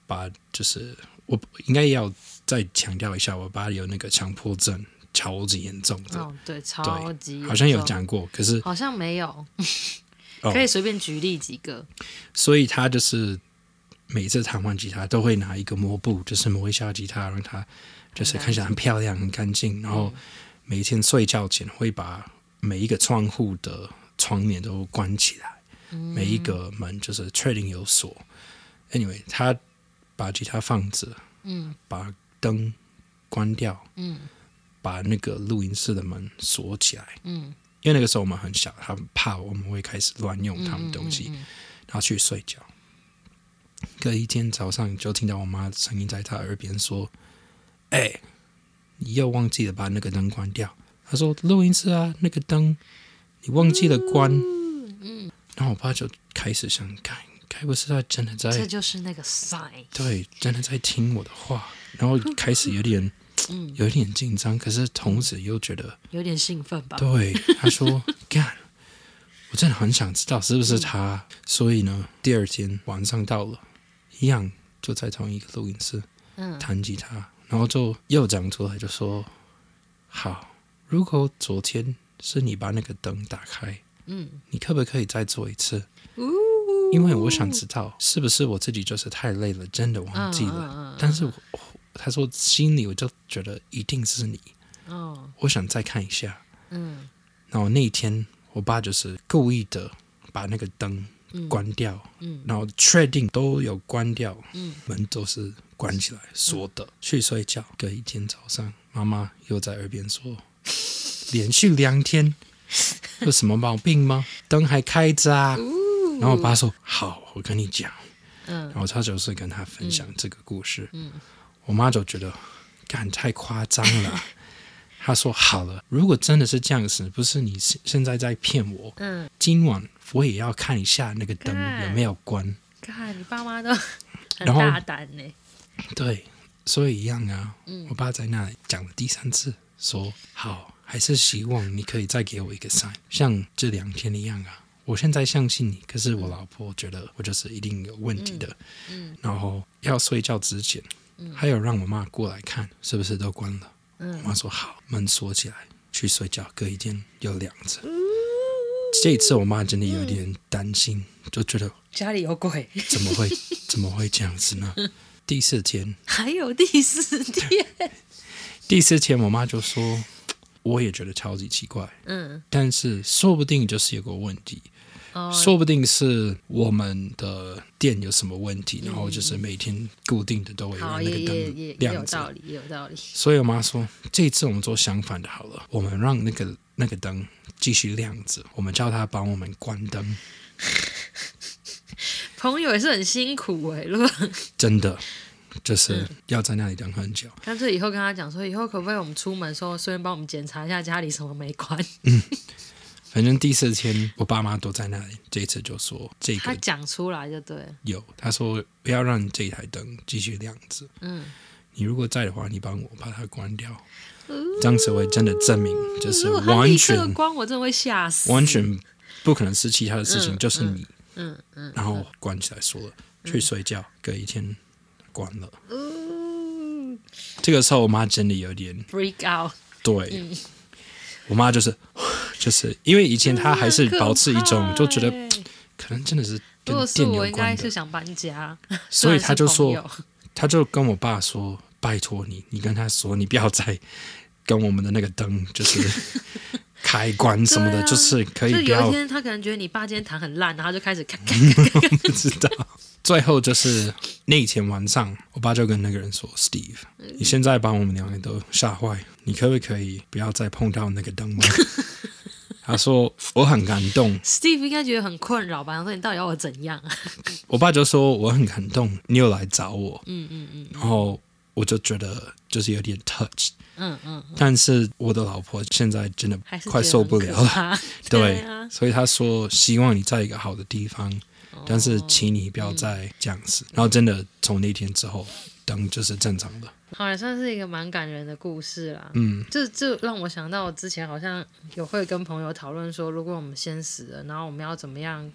S2: 把就是我应该要再强调一下，我爸有那个强迫症，超级严重的，
S1: 哦，对，超级
S2: 好像有
S1: 严重，
S2: 讲过，可是
S1: 好像没有，[laughs]
S2: 哦
S1: 可以随便举例几个。
S2: 所以他就是每次弹完吉他都会拿一个抹布，就是抹一下吉他，让它就是看起来很漂亮、很干净。然后每一天睡觉前会把每一个窗户的窗帘都关起来，每一个门就是确定有锁。Anyway，他把吉他放着，
S1: 嗯
S2: 把灯关掉，
S1: 嗯
S2: 把那个录音室的门锁起来。
S1: 嗯，
S2: 因为那个时候我们很小，他们怕我们会开始乱用他们的东西，
S1: 嗯嗯嗯
S2: 然后去睡觉。隔一天早上就听到我妈声音在她耳边说：“哎、你又忘记了把那个灯关掉。”她说：“录音室啊，那个灯你忘记了关。
S1: 嗯
S2: 然后我爸就开始想，该该不是他真的
S1: 这
S2: 在
S1: 就是那个 sign。
S2: 对真的在听我的话，然后开始有点有一点紧张，可是同时又觉得。
S1: 有点兴奋吧？
S2: 对，
S1: [laughs]
S2: 他说干，我真的很想知道是不是他。
S1: 嗯
S2: 所以呢，第二天晚上到了，一样就在同一个录音室
S1: 嗯
S2: 弹吉他，然后就又讲出来，就说好，如果昨天是你把那个灯打开，
S1: 嗯，
S2: 你可不可以再做一次？
S1: 呜，
S2: 因为我想知道是不是我自己就是太累了，真的忘记了。
S1: 嗯嗯嗯
S2: 但是我我他说心里我就觉得一定是你，
S1: 哦，
S2: 我想再看一下。
S1: 嗯
S2: 然后那一天，我爸就是故意的把那个灯关掉，
S1: 嗯
S2: 然后确定都有关掉，
S1: 嗯
S2: 门都是关起来锁的，去睡觉。隔一天早上，妈妈又在耳边说，连续两天有什么毛病
S1: [laughs]
S2: 吗？灯还开着啊。然后我爸说：“好，我跟你讲。”
S1: 嗯
S2: 然后他就是跟他分享这个故事。
S1: 嗯
S2: 我妈就觉得，干太夸张了。她说：“好了，如果真的是这样子，不是你现现在在骗我，
S1: 嗯，
S2: 今晚我也要看一下那个灯有没有关。
S1: 看你爸妈都很
S2: [laughs] 然后
S1: 大胆呢。”
S2: 对，所以一样啊。
S1: 嗯
S2: 我爸在那里讲了第三次，说：“好，还是希望你可以再给我一个 sign，像这两天一样啊。”我现在相信你，可是我老婆觉得我就是一定有问题的。
S1: 嗯
S2: 然后要睡觉之前，还有让我妈过来看是不是都关了。我
S1: 嗯
S2: 妈说好，门锁起来，去睡觉。隔一天又两次，这一次我妈真的有点担心，就觉得
S1: 家里有鬼，
S2: 怎
S1: [laughs]
S2: 么会怎么会这样子呢？第四天，
S1: 还有第四
S2: [laughs]
S1: 天。
S2: 第四天我妈就说，我也觉得超级奇怪，
S1: 嗯
S2: 但是说不定就是有个问题，
S1: 哦，
S2: 说不定是我们的店有什么问题，然后就是每天固定的都会
S1: 嗯好，
S2: 让那
S1: 也
S2: 个
S1: 也也
S2: 灯
S1: 也有
S2: 亮着
S1: 道。理，也有道理。
S2: 所以我妈说，这一次我们做相反的好了，我们让那个那个灯继续亮着，我们叫她帮我们关灯。
S1: 朋友也是很辛苦哎，如果 [laughs]
S2: 真的，就是
S1: 嗯
S2: 要在那里等很久。
S1: 干脆以后跟他讲说，以后可不可以我们出门的时候顺便帮我们检查一下家里什么没
S2: [laughs]
S1: 关？
S2: 反正第四天我爸妈都在那里，这一次就说这
S1: 他
S2: 个
S1: 讲出来就对了。
S2: 有，他说不要让这台灯继续亮着，
S1: 嗯，
S2: 你如果在的话，你帮我把它关掉。这样子会真的证明，就是
S1: 哦如果他
S2: 完
S1: 立这个
S2: 全
S1: 光，我真的会吓死。
S2: 完全不可能是其他的事情，就是你
S1: 嗯嗯
S2: 然后关起来说了，去睡觉，隔一天关了。
S1: 嗯
S2: 这个时候我妈真的有点
S1: ，freak out。
S2: 对，
S1: 嗯
S2: 我妈就是就是因为以前她还是
S1: 很可
S2: 保持一种
S1: 怕
S2: 就觉得
S1: 欸
S2: 可能真的是
S1: 如
S2: 跟
S1: 果是
S2: 电
S1: 我，
S2: 有
S1: 应该
S2: 关
S1: 是
S2: 的，
S1: 想搬家，
S2: 所
S1: [laughs] 虽
S2: 以
S1: 然是
S2: 她就
S1: 朋
S2: 说
S1: 友，
S2: 她就跟我爸说：“拜托你，你跟他说，你不要再跟我们的那个灯就是 [laughs] 开关什么的，
S1: 对啊
S2: 就是可以
S1: 啊就
S2: 不
S1: 有一
S2: 要
S1: 天他可能觉得你爸今天弹很烂，然后就开始咔咔咔
S2: [laughs]
S1: 咔
S2: 不知道。”最后就是那一天晚上，我爸就跟那个人说：“Steve，你现在把我们两个都吓坏，你可不可以不要再碰到那个灯吗？” [laughs] 他说我很感动，
S1: Steve 应该觉得很困扰吧？想说你到底要我怎样？啊
S2: 我爸就说我很感动，你有来找我，嗯嗯嗯，然后我就觉得就是有点 touch，
S1: 嗯嗯，
S2: 但是我的老婆现在真的
S1: 还是
S2: 快
S1: 觉得
S2: 受
S1: 很
S2: 不
S1: 可
S2: 了了，
S1: 怕。
S2: [laughs] 对
S1: 啊，哦
S2: 所以他说希望你在一个好的地方，但是请你不要再这样子。然后真的从那天之后，灯就是正常的，
S1: 好了，算是一个蛮感人的故事啦。
S2: 嗯，
S1: 这这让我想到，我之前好像有会跟朋友讨论说，如果我们先死了，然后我们要怎么样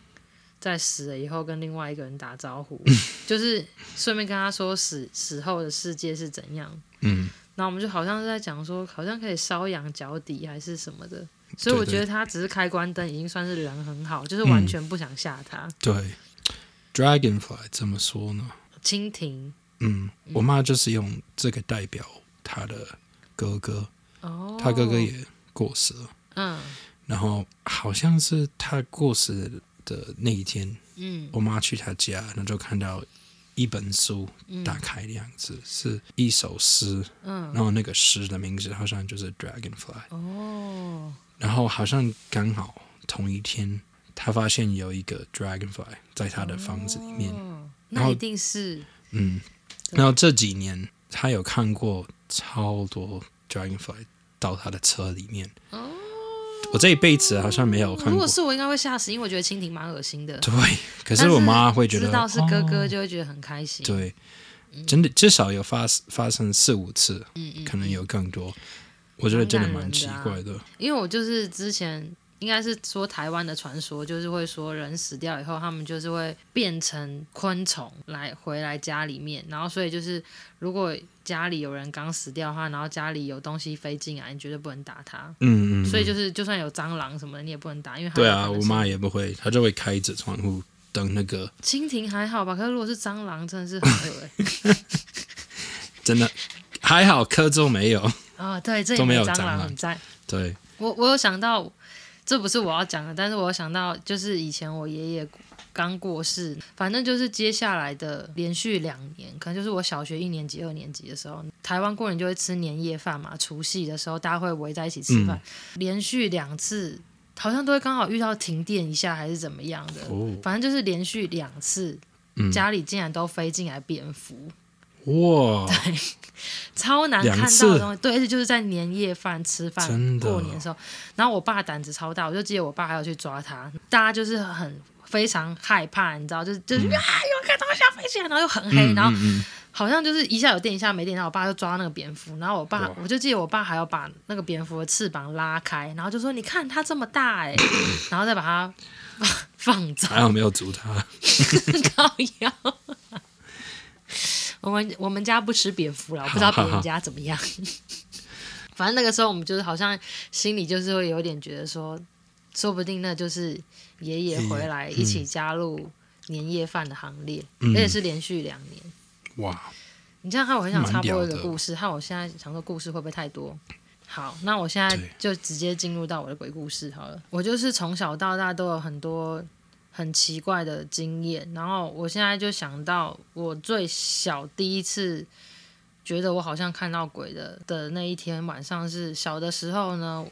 S1: 在死了以后跟另外一个人打招呼，
S2: 嗯
S1: [laughs] 就是顺便跟他说死死后的世界是怎样。
S2: 嗯，
S1: 然后我们就好像是在讲说，好像可以瘙痒脚底还是什么的。所以
S2: 对
S1: 我
S2: 对嗯
S1: 觉得他只是开关灯，已经算是人很好，就是完全不想吓他。
S2: 对。Dragonfly 怎么说呢？
S1: 蜻蜓
S2: 嗯，我妈就是用这个代表她的哥哥，
S1: 哦，
S2: 她哥哥也过世了，
S1: 嗯
S2: 然后好像是她过世的那一天，
S1: 嗯
S2: 我妈去她家，然后就看到一本书打开的样子，是一首诗，
S1: 嗯
S2: 然后那个诗的名字好像就是 Dragonfly，
S1: 哦
S2: 然后好像刚好同一天，她发现有一个 Dragonfly 在她的房子里面，
S1: 哦，
S2: 然
S1: 那
S2: 后
S1: 一定是
S2: 嗯，
S1: 对
S2: 然后这几年他有看过超多 Dragonfly 到他的车里面。
S1: 哦。
S2: 我这一辈子好像没有看
S1: 如
S2: 过
S1: 果，是我，应该会吓死，因为我觉得蜻蜓蛮恶心的。
S2: 对。可是我妈会觉得
S1: 知道是哥哥，
S2: 哦
S1: 就会觉得很开心。，
S2: 对，真的至少有发发生四五次，
S1: 嗯嗯，
S2: 可能有更多。我觉得真的蛮奇怪的，
S1: 因为我就是之前应该是说台湾的传说，就是会说人死掉以后，他们就是会变成昆虫来回来家里面，然后所以就是如果家里有人刚死掉的话，然后家里有东西飞进来，你绝对不能打它。
S2: 嗯嗯。
S1: 所以就是是，就算有蟑螂什么的，你也不能打，因为它
S2: 对
S1: 有可
S2: 啊，
S1: 能
S2: 我
S1: 是
S2: 妈也不会，她就会开着窗户等那个
S1: 蜻蜓还好吧，可是如果是蟑螂，真的是很恶
S2: [laughs]
S1: 心
S2: 真的还好科州没有，
S1: 啊！对，这
S2: 都
S1: 里
S2: 没
S1: 没
S2: 有
S1: 蟑
S2: 蟑螂
S1: 很赞。
S2: 对，
S1: 我我有想到，这不是我要讲的，但是我有想到，就是以前我爷爷刚过世，反正就是接下来的连续两年，可能就是我小学一年级、二年级的时候，台湾过年就会吃年夜饭嘛，除夕的时候大家会围在一起吃饭，
S2: 嗯
S1: 连续两次。好像都会刚好遇到停电一下，还是怎么样的，
S2: 哦
S1: 反正就是连续两次，
S2: 嗯，
S1: 家里竟然都飞进来蝙蝠，
S2: 哇，
S1: 超难看
S2: 两
S1: 到
S2: 次
S1: 的东西，对，而且就是在年夜饭吃饭
S2: 真的
S1: 过年的时候，然后我爸胆子超大，我就记得我爸还要去抓他，大家就是很非常害怕，你知道，就是就是、啊，有一个东西要飞起来，然后又很黑，
S2: 嗯
S1: 然后
S2: 嗯嗯
S1: 好像就是一下有电一下没电，然后我爸就抓那个蝙蝠，然后我爸
S2: 哇
S1: 我就记得我爸还要把那个蝙蝠的翅膀拉开，然后就说你看它这么大哎、然后再把它 [laughs] 放放走，
S2: 还好没有阻他。
S1: [laughs] 高腰。我们我们家不吃蝙蝠了，我不知道别人家怎么样。 [laughs] 反正那个时候我们就是好像心里就是会有点觉得说，说不定那就是爷爷回来一起加入年夜饭的行列，
S2: 嗯
S1: 而且是连续两年。
S2: 哇，
S1: 你这样看，我很想插播一
S2: 蛮屌
S1: 个
S2: 的
S1: 故事，看我现在想说故事会不会太多？好，那我现在
S2: 对
S1: 就直接进入到我的鬼故事好了。我就是从小到大都有很多很奇怪的经验，然后我现在就想到我最小第一次觉得我好像看到鬼的的那一天晚上是小的时候呢，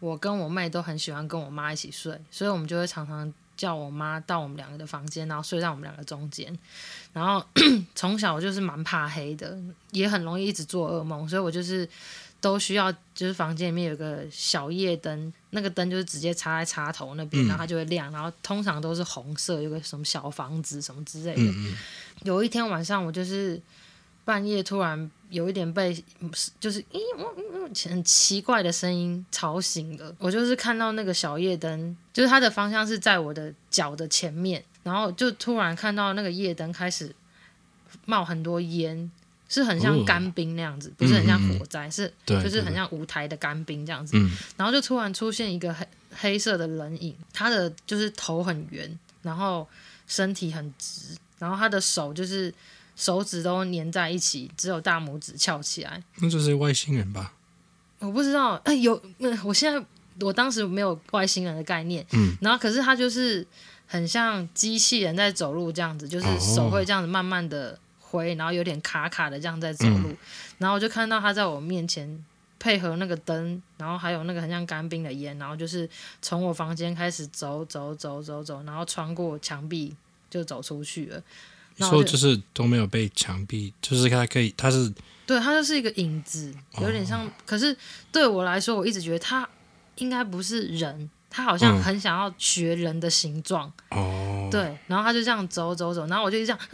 S1: 我跟我妹都很喜欢跟我妈一起睡，所以我们就会常常叫我妈到我们两个的房间，然后睡在我们两个中间。然后从小我就是蛮怕黑的，也很容易一直做噩梦，所以我就是都需要就是房间里面有个小夜灯，那个灯就是直接插在插头那边，然后它就会亮，然后通常都是红色，有个什么小房子什么之类的。
S2: 嗯嗯，
S1: 有一天晚上，我就是半夜突然有一点被，就是咦，我嗯嗯很奇怪的声音吵醒了。我就是看到那个小夜灯，就是它的方向是在我的脚的前面，然后就突然看到那个夜灯开始冒很多烟，是很像
S2: 哦
S1: 干冰那样子，不是很像火灾，是
S2: 对，
S1: 就是很
S2: 对，
S1: 像舞台的干冰这样子。
S2: 对嗯
S1: 然后就突然出现一个黑黑色的人影，他的就是头很圆，然后身体很直，然后他的手就是手指都粘在一起，只有大拇指翘起来。
S2: 那就是外星人吧？
S1: 我不知道，哎、有，嗯我现在我当时没有外星人的概念，
S2: 嗯，
S1: 然后可是他就是很像机器人在走路这样子，就是
S2: 哦
S1: 手会这样子慢
S2: 嗯
S1: 慢的挥，然后有点卡卡的这样在走路，然后我就看到他在我面前配合那个灯，然后还有那个很像干冰的烟，然后就是从我房间开始走走走走走，然后穿过墙壁就走出去了。
S2: 你
S1: 然后
S2: 说
S1: 我
S2: 就是都没有被墙壁，就是它可以，它是
S1: 对，它就是一个影子，有点
S2: 哦
S1: 像。可是对我来说，我一直觉得它应该不是人，它好像
S2: 嗯
S1: 很想要学人的形状。
S2: 哦，
S1: 对，然后他就这样走走走，然后我就这样，啊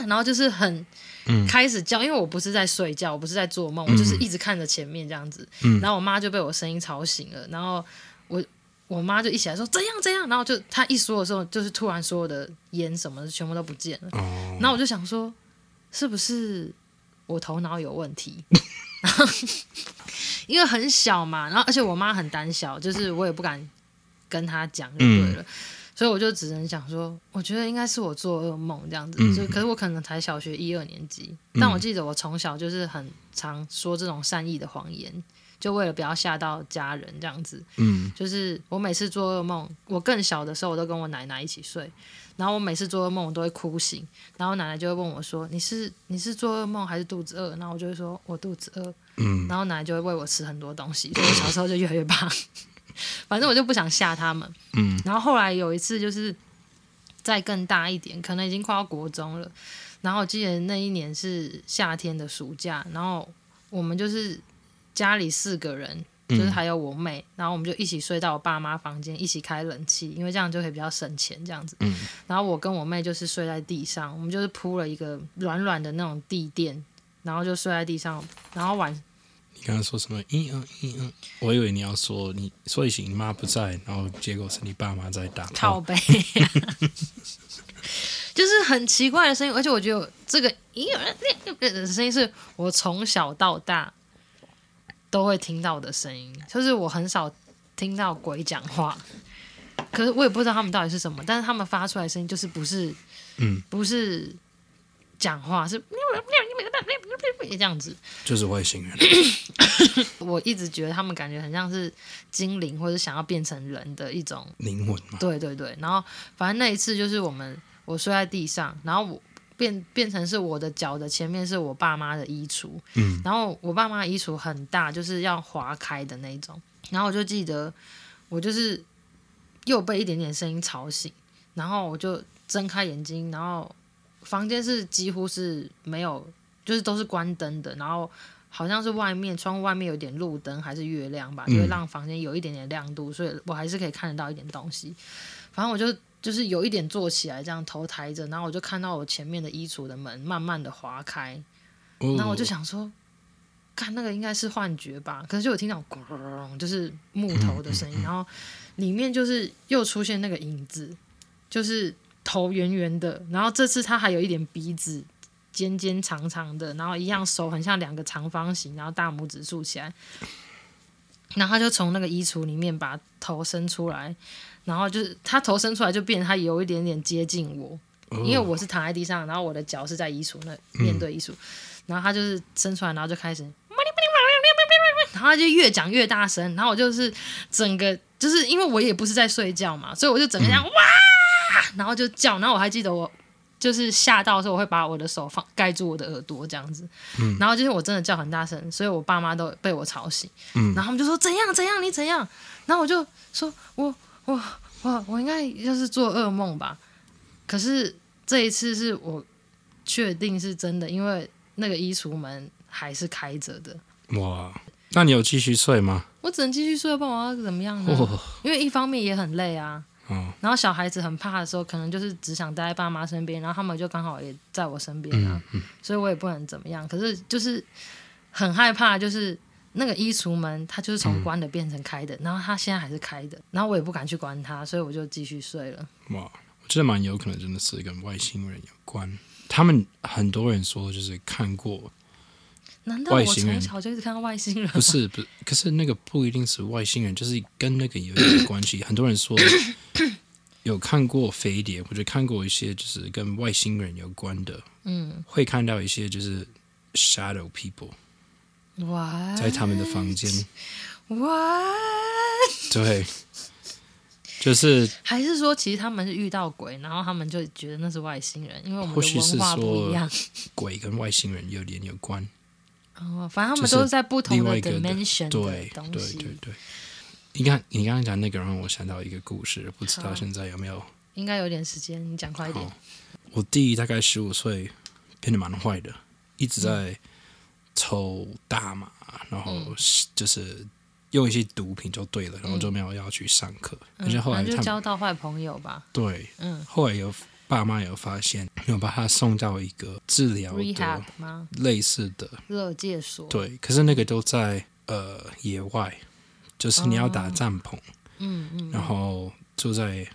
S1: 啊、然后就是很
S2: 嗯
S1: 开始叫，因为我不是在睡觉，我不是在做梦，我就是一直看着前面这样子。
S2: 嗯
S1: 然后我妈就被我声音吵醒了，然后我我妈就一起来说怎样怎样，然后就她一说的时候，就是突然所有的烟什么的全部都不见了，
S2: 哦，
S1: 然后我就想说是不是我头脑有问题？因为很小嘛，然后而且我妈很胆小，就是我也不敢跟她讲就对
S2: 嗯
S1: 了，所以我就只能想说，我觉得应该是我做噩梦这样子。
S2: 嗯
S1: 就可是我可能才小学一二年级，但我记得我从小就是很常说这种善意的谎言，就为了不要吓到家人这样子。
S2: 嗯
S1: 就是我每次做噩梦，我更小的时候我都跟我奶奶一起睡，然后我每次做噩梦我都会哭醒，然后奶奶就会问我说：“你是你是做噩梦还是肚子饿？”然后我就会说：“我肚子饿。”
S2: 嗯，
S1: 然后奶奶就会喂我吃很多东西，所以我小时候就越来越胖。 [laughs] 反正我就不想吓他们。
S2: 嗯，
S1: 然后后来有一次就是再更大一点，可能已经快要国中了。然后我记得那一年是夏天的暑假，然后我们就是家里四个人，
S2: 嗯
S1: 就是还有我妹，然后我们就一起睡到我爸妈房间，一起开冷气，因为这样就可以比较省钱这样子。
S2: 嗯、
S1: 然后我跟我妹就是睡在地上，我们就是铺了一个软软的那种地垫，然后就睡在地上，然后晚
S2: 你刚刚说什么？一嗯一嗯，我以为你要说你所以是你妈不在，然后结果是你爸妈在打
S1: 靠
S2: 炮，
S1: 背、 [laughs] 就是很奇怪的声音，而且我觉得这个咦的声音是我从小到大都会听到的声音，就是我很少听到鬼讲话，可是我也不知道他们到底是什么，但是他们发出来的声音就是不是，
S2: 嗯，
S1: 不是讲话，是 [laughs] 这样子。
S2: 就是外星人。
S1: 我一直觉得他们感觉很像是精灵，或者想要变成人的一种
S2: 灵魂嘛，
S1: 对对对，然后反正那一次就是我们我睡在地上，然后我变变成是我的脚的前面是我爸妈的衣橱，
S2: 嗯，
S1: 然后我爸妈的衣橱很大，就是要划开的那一种，然后我就记得我就是又被一点点声音吵醒，然后我就睁开眼睛，然后房间是几乎是没有，就是都是关灯的，然后。好像是外面窗户外面有点路灯还是月亮吧，就会
S2: 嗯
S1: 让房间有一点点亮度，所以我还是可以看得到一点东西。反正我就就是有一点坐起来，这样头抬着，然后我就看到我前面的衣橱的门慢慢的划开，
S2: 哦
S1: 然后我就想说，看那个应该是幻觉吧，可是就有听到咕隆隆隆，就是木头的声音，然后里面就是又出现那个影子，就是头圆圆的，然后这次它还有一点鼻子。尖尖长长的，然后一样手很像两个长方形，然后大拇指竖起来，然后他就从那个衣橱里面把头伸出来，然后就是他头伸出来就变得他有一点点接近我，因为我是躺在地上，然后我的脚是在衣橱那面对衣橱，然后他就是伸出来，然后就开始，然后他就越讲越大声，然后我就是整个就是因为我也不是在睡觉嘛，所以我就整个这样、哇，然后就叫，然后我还记得我。就是吓到的时候，我会把我的手放盖住我的耳朵这样子，然后就是我真的叫很大声，所以我爸妈都被我吵醒，然后他们就说怎样怎样你怎样，然后我就说我我我我应该就是做噩梦吧，可是这一次是我确定是真的，因为那个衣橱门还是开着的，
S2: 哇，那你有继续睡吗？
S1: 我只能继续睡，不然我要怎么样呢？
S2: 哦，
S1: 因为一方面也很累啊，
S2: 哦
S1: 然后小孩子很怕的时候，可能就是只想待在爸妈身边，然后他们就刚好也在我身边啊，
S2: 嗯
S1: 所以我也不能怎么样。可是就是很害怕，就是那个衣橱门它就是从关的变成开的，然后它现在还是开的，然后我也不敢去关它，所以我就继续睡了。
S2: 哇，我觉得蛮有可能真的是跟外星人有关。他们很多人说就是看过，
S1: 难道我
S2: 外星人
S1: 从小就一直看到外星
S2: [laughs]
S1: 人吗？
S2: 不是不是，可是那个不一定是外星人，就是跟那个有点关
S1: [coughs]
S2: 系。很多人说有看过飞碟，或者看过一些就是跟外星人有关的，嗯，会看到一些就是 shadow people
S1: 哇
S2: 在他们的房间，
S1: 啊哇！
S2: 对，就是
S1: 还是说，其实他们是遇到鬼，然后他们就觉得那是外星人，因为我们
S2: 或许
S1: 的
S2: 是
S1: 文化不
S2: 说
S1: 一样。
S2: 鬼跟外星人有点有关。
S1: 哦，反正他
S2: 就
S1: 们
S2: 是
S1: 都是在不同
S2: 另外
S1: 的
S2: 一个的
S1: dimension 的
S2: 对
S1: 东
S2: 对
S1: 西，
S2: 对对。你看，你刚才讲那个让我想到一个故事，不知道
S1: 好
S2: 现在有没有
S1: 应该有点时间，你讲快一点
S2: 好。我弟大概十五岁，变得蛮坏的，一
S1: 嗯
S2: 直在抽大麻，然后
S1: 嗯
S2: 就是用一些毒品就对了，然后就没有要去上课。而且
S1: 嗯
S2: 后来
S1: 反正就
S2: 他们
S1: 交到坏朋友吧。
S2: 对，
S1: 嗯
S2: 后来有爸妈有发现，有把他送到一个治疗
S1: ，rehab
S2: 的
S1: 吗？
S2: 类似的，
S1: 乐界所。
S2: 对，可是那个都在呃野外，就是你要打帐篷，
S1: 嗯嗯
S2: 然后住在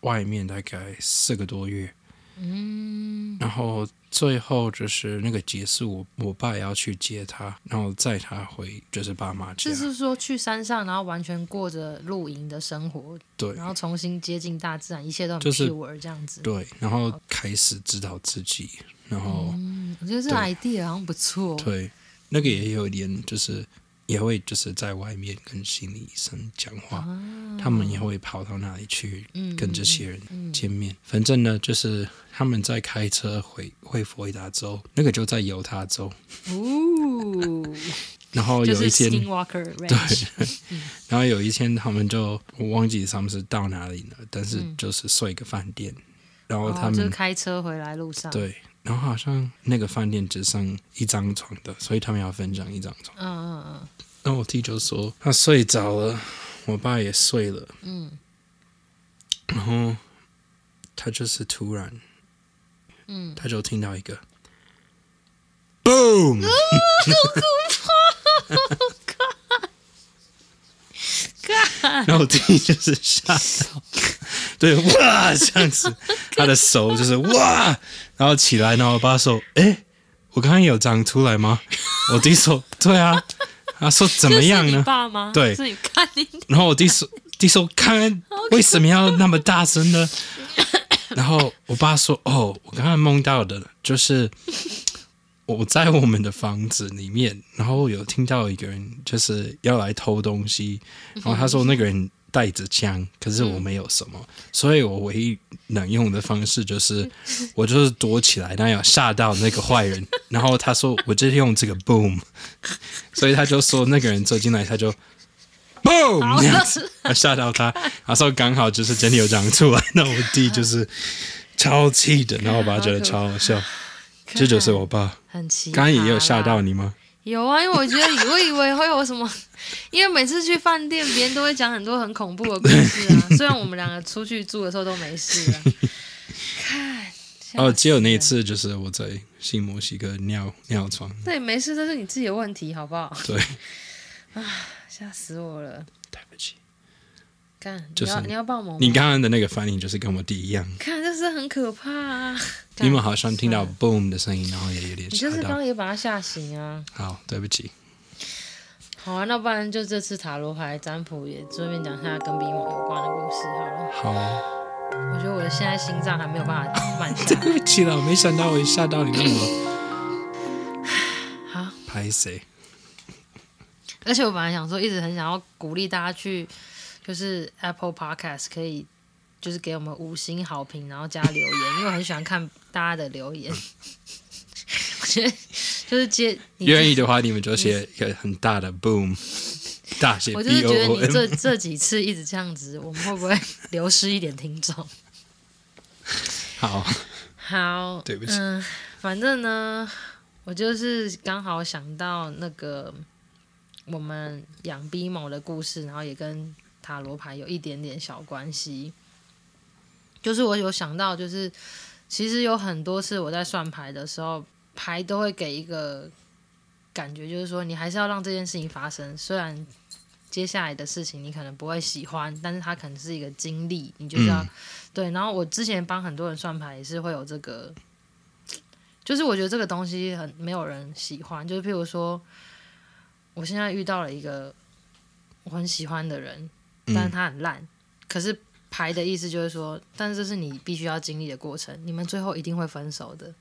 S2: 外面大概四个多月。
S1: 嗯，
S2: 然后最后就是那个结束，我我爸也要去接他，然后载他回就是爸妈家
S1: 就。是说去山上，然后完全过着露营的生活，
S2: 对
S1: 然后重新接近大自然，一切都很
S2: 就是
S1: pure 这样子。
S2: 对，然后开始指导自己，然后、
S1: 嗯，我觉得这
S2: 对
S1: idea 好像不错。
S2: 对那个也有一点就是也会就是在外面跟心理医生讲话，他们也会跑到那里去
S1: 哦嗯
S2: 跟这些人见面。反正呢，就是他们在开车回回佛罗里达州，那个就在犹他州，
S1: 哦，
S2: 然后
S1: 就
S2: 有一
S1: 是
S2: 天。
S1: Skinwalker Ranch。
S2: 然后有一天他们就我忘记他们是到哪里了，但是就是睡一个饭店，然后他
S1: 哦、就
S2: 们、
S1: 是开车回来路上。，
S2: 对，然后好像那个饭店只剩一张床的，所以他们要分享一张床。
S1: 嗯嗯
S2: [laughs]
S1: 嗯，
S2: 然后我弟就说他睡着了，我爸也睡了，嗯，然后他就是突然，嗯，他就听到一个 boom，然后我弟就是吓到，对，哇这样子，他的手就是哇，然后起来，然后我爸说，哎，我刚刚有长出来吗？我弟说，对啊。他说怎么样
S1: 这是你
S2: 呢？
S1: 爸吗？
S2: 对
S1: 是你看你
S2: 然后我弟说：“弟说，看为什么要那么大声呢？”然后我爸说：“哦，我刚刚梦到的，就是我在我们的房子里面，然后有听到一个人就是要来偷东西，然后他说那个人带着枪，可是我没有什么，所以我唯一能用的方式就是我就是躲起来，那样吓到那个坏人。然后他说我就是用这个 boom，所以他就说那个人走进来，他就 boom
S1: 好
S2: 这样子。”啊吓到他，然后刚好就是真的有长出来，那我弟就是超气的，然后我爸觉得超好笑，这就是我爸。
S1: 很奇葩啦。
S2: 刚刚也有吓到你吗？
S1: 有啊，因为我觉得以我以为会有什么， [laughs] 因为每次去饭店，别人都会讲很多很恐怖的故事
S2: [laughs]
S1: 啊。虽然我们两个出去住的时候都没事啊。看，吓
S2: 哦，只有那一
S1: 死
S2: 次就是我在新墨西哥尿尿床，
S1: 人。对，没事，这是你自己的问题，好不好？
S2: 对，
S1: 吓死我了！
S2: 对不起，
S1: 看，
S2: 就是
S1: 你要你要帮我吗
S2: 你刚刚的那个反应就是跟我弟一样，
S1: 看，这是很可怕啊！
S2: 你们
S1: 干
S2: 好像听到
S1: 算了
S2: boom 的声音，然后也有点
S1: 你就
S2: 吓
S1: 是刚
S2: 到。
S1: 刚也把他吓醒啊。
S2: 好，对不起，
S1: 好啊，那不然就这次塔罗牌占卜也顺便讲一下跟冥王有关的故事好了。
S2: 好， [laughs]
S1: 我觉得我的现在心脏还没有办法慢下来。
S2: 对不起了，我没想到我吓到你那么
S1: 好，
S2: 拍谁？
S1: 而且我本来想说，一直很想要鼓励大家去，就是 Apple Podcast 可以就是给我们五星好评，然后加留言，因为我很喜欢看大家的留言。 [laughs] 我觉得就是接你这
S2: 愿意的话，你们就写一个很大
S1: [laughs]
S2: 的 boom，大写
S1: 我就是
S2: B
S1: 觉得
S2: O O
S1: 你
S2: M。
S1: 这这几次一直这样子，我们会不会流失一点听众？
S2: 好，
S1: 好，
S2: 对不起
S1: 嗯，反正呢，我就是刚好想到那个我们养 B 某的故事，然后也跟塔罗牌有一点点小关系。就是我有想到，就是其实有很多次我在算牌的时候，牌都会给一个感觉，就是说你还是要让这件事情发生，虽然。接下来的事情你可能不会喜欢，但是它可能是一个经历，你就是要、
S2: 嗯
S1: 对。然后我之前帮很多人算牌也是会有这个，就是我觉得这个东西很没有人喜欢，就是譬如说，我现在遇到了一个我很喜欢的人，
S2: 嗯
S1: 但是他很烂，可是牌的意思就是说，但是这是你必须要经历的过程，你们最后一定会分手的。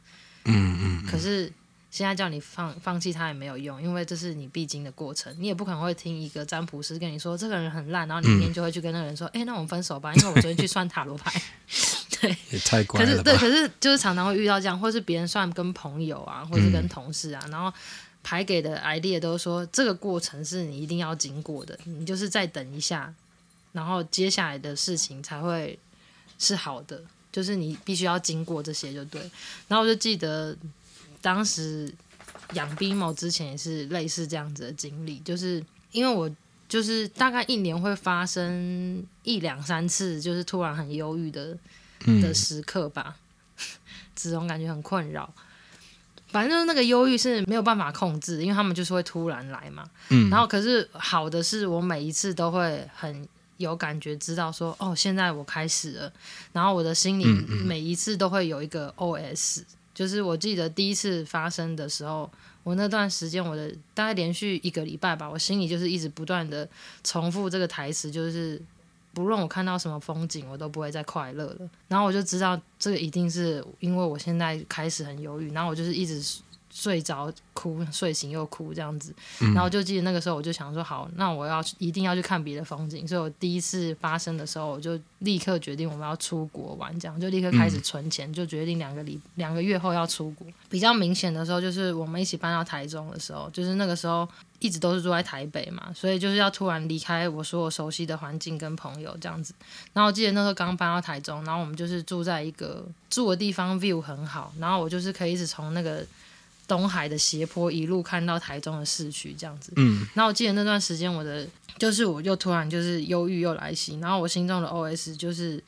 S2: 嗯嗯，
S1: 可是现在叫你放放弃他也没有用，因为这是你必经的过程，你也不可能会听一个占卜师跟你说这个人很烂，然后
S2: 嗯
S1: 你明天就会去跟那个人说，哎、那我们分手吧，因为我昨天去算塔罗牌。对，
S2: 也太乖
S1: 可是嗯
S2: 了
S1: 对，
S2: 吧？
S1: 可是就是常常会遇到这样，或是别人算跟朋友啊，或是跟同事啊，然后排给的 idea 都说这个过程是你一定要经过的，你就是再等一下，然后接下来的事情才会是好的，就是你必须要经过这些就对。然后我就记得当时养 BMO 之前也是类似这样子的经历，就是因为我就是大概一年会发生一两三次，就是突然很忧郁的的
S2: 嗯
S1: 时刻吧， [laughs] 这种感觉很困扰。反正就是那个忧郁是没有办法控制，因为他们就是会突然来嘛。
S2: 嗯，
S1: 然后可是好的是我每一次都会很有感觉，知道说哦，现在我开始了。然后我的心里
S2: 嗯嗯
S1: 每一次都会有一个 OS，、就是我记得第一次发生的时候，我那段时间我的大概连续一个礼拜吧，我心里就是一直不断的重复这个台词，就是。不论我看到什么风景，我都不会再快乐了。然后我就知道，这个一定是因为我现在开始很忧郁。然后我就是一直睡着哭，睡醒又哭这样子。然后就记得那个时候，我就想说，好，那我要去一定要去看别的风景。所以我第一次发生的时候，我就立刻决定我们要出国玩，这样就立刻开始存钱，就决定两个礼两个月后要出国。比较明显的时候，就是我们一起搬到台中的时候，就是那个时候一直都是住在台北嘛，所以就是要突然离开我所有熟悉的环境跟朋友这样子。然后我记得那时候刚搬到台中，然后我们就是住在一个住的地方 view 很好，然后我就是可以一直从那个东海的斜坡一路看到台中的市区这样子。
S2: 嗯
S1: 然后我记得那段时间我的就是我又突然就是忧郁又来袭，然后我心中的 OS 就是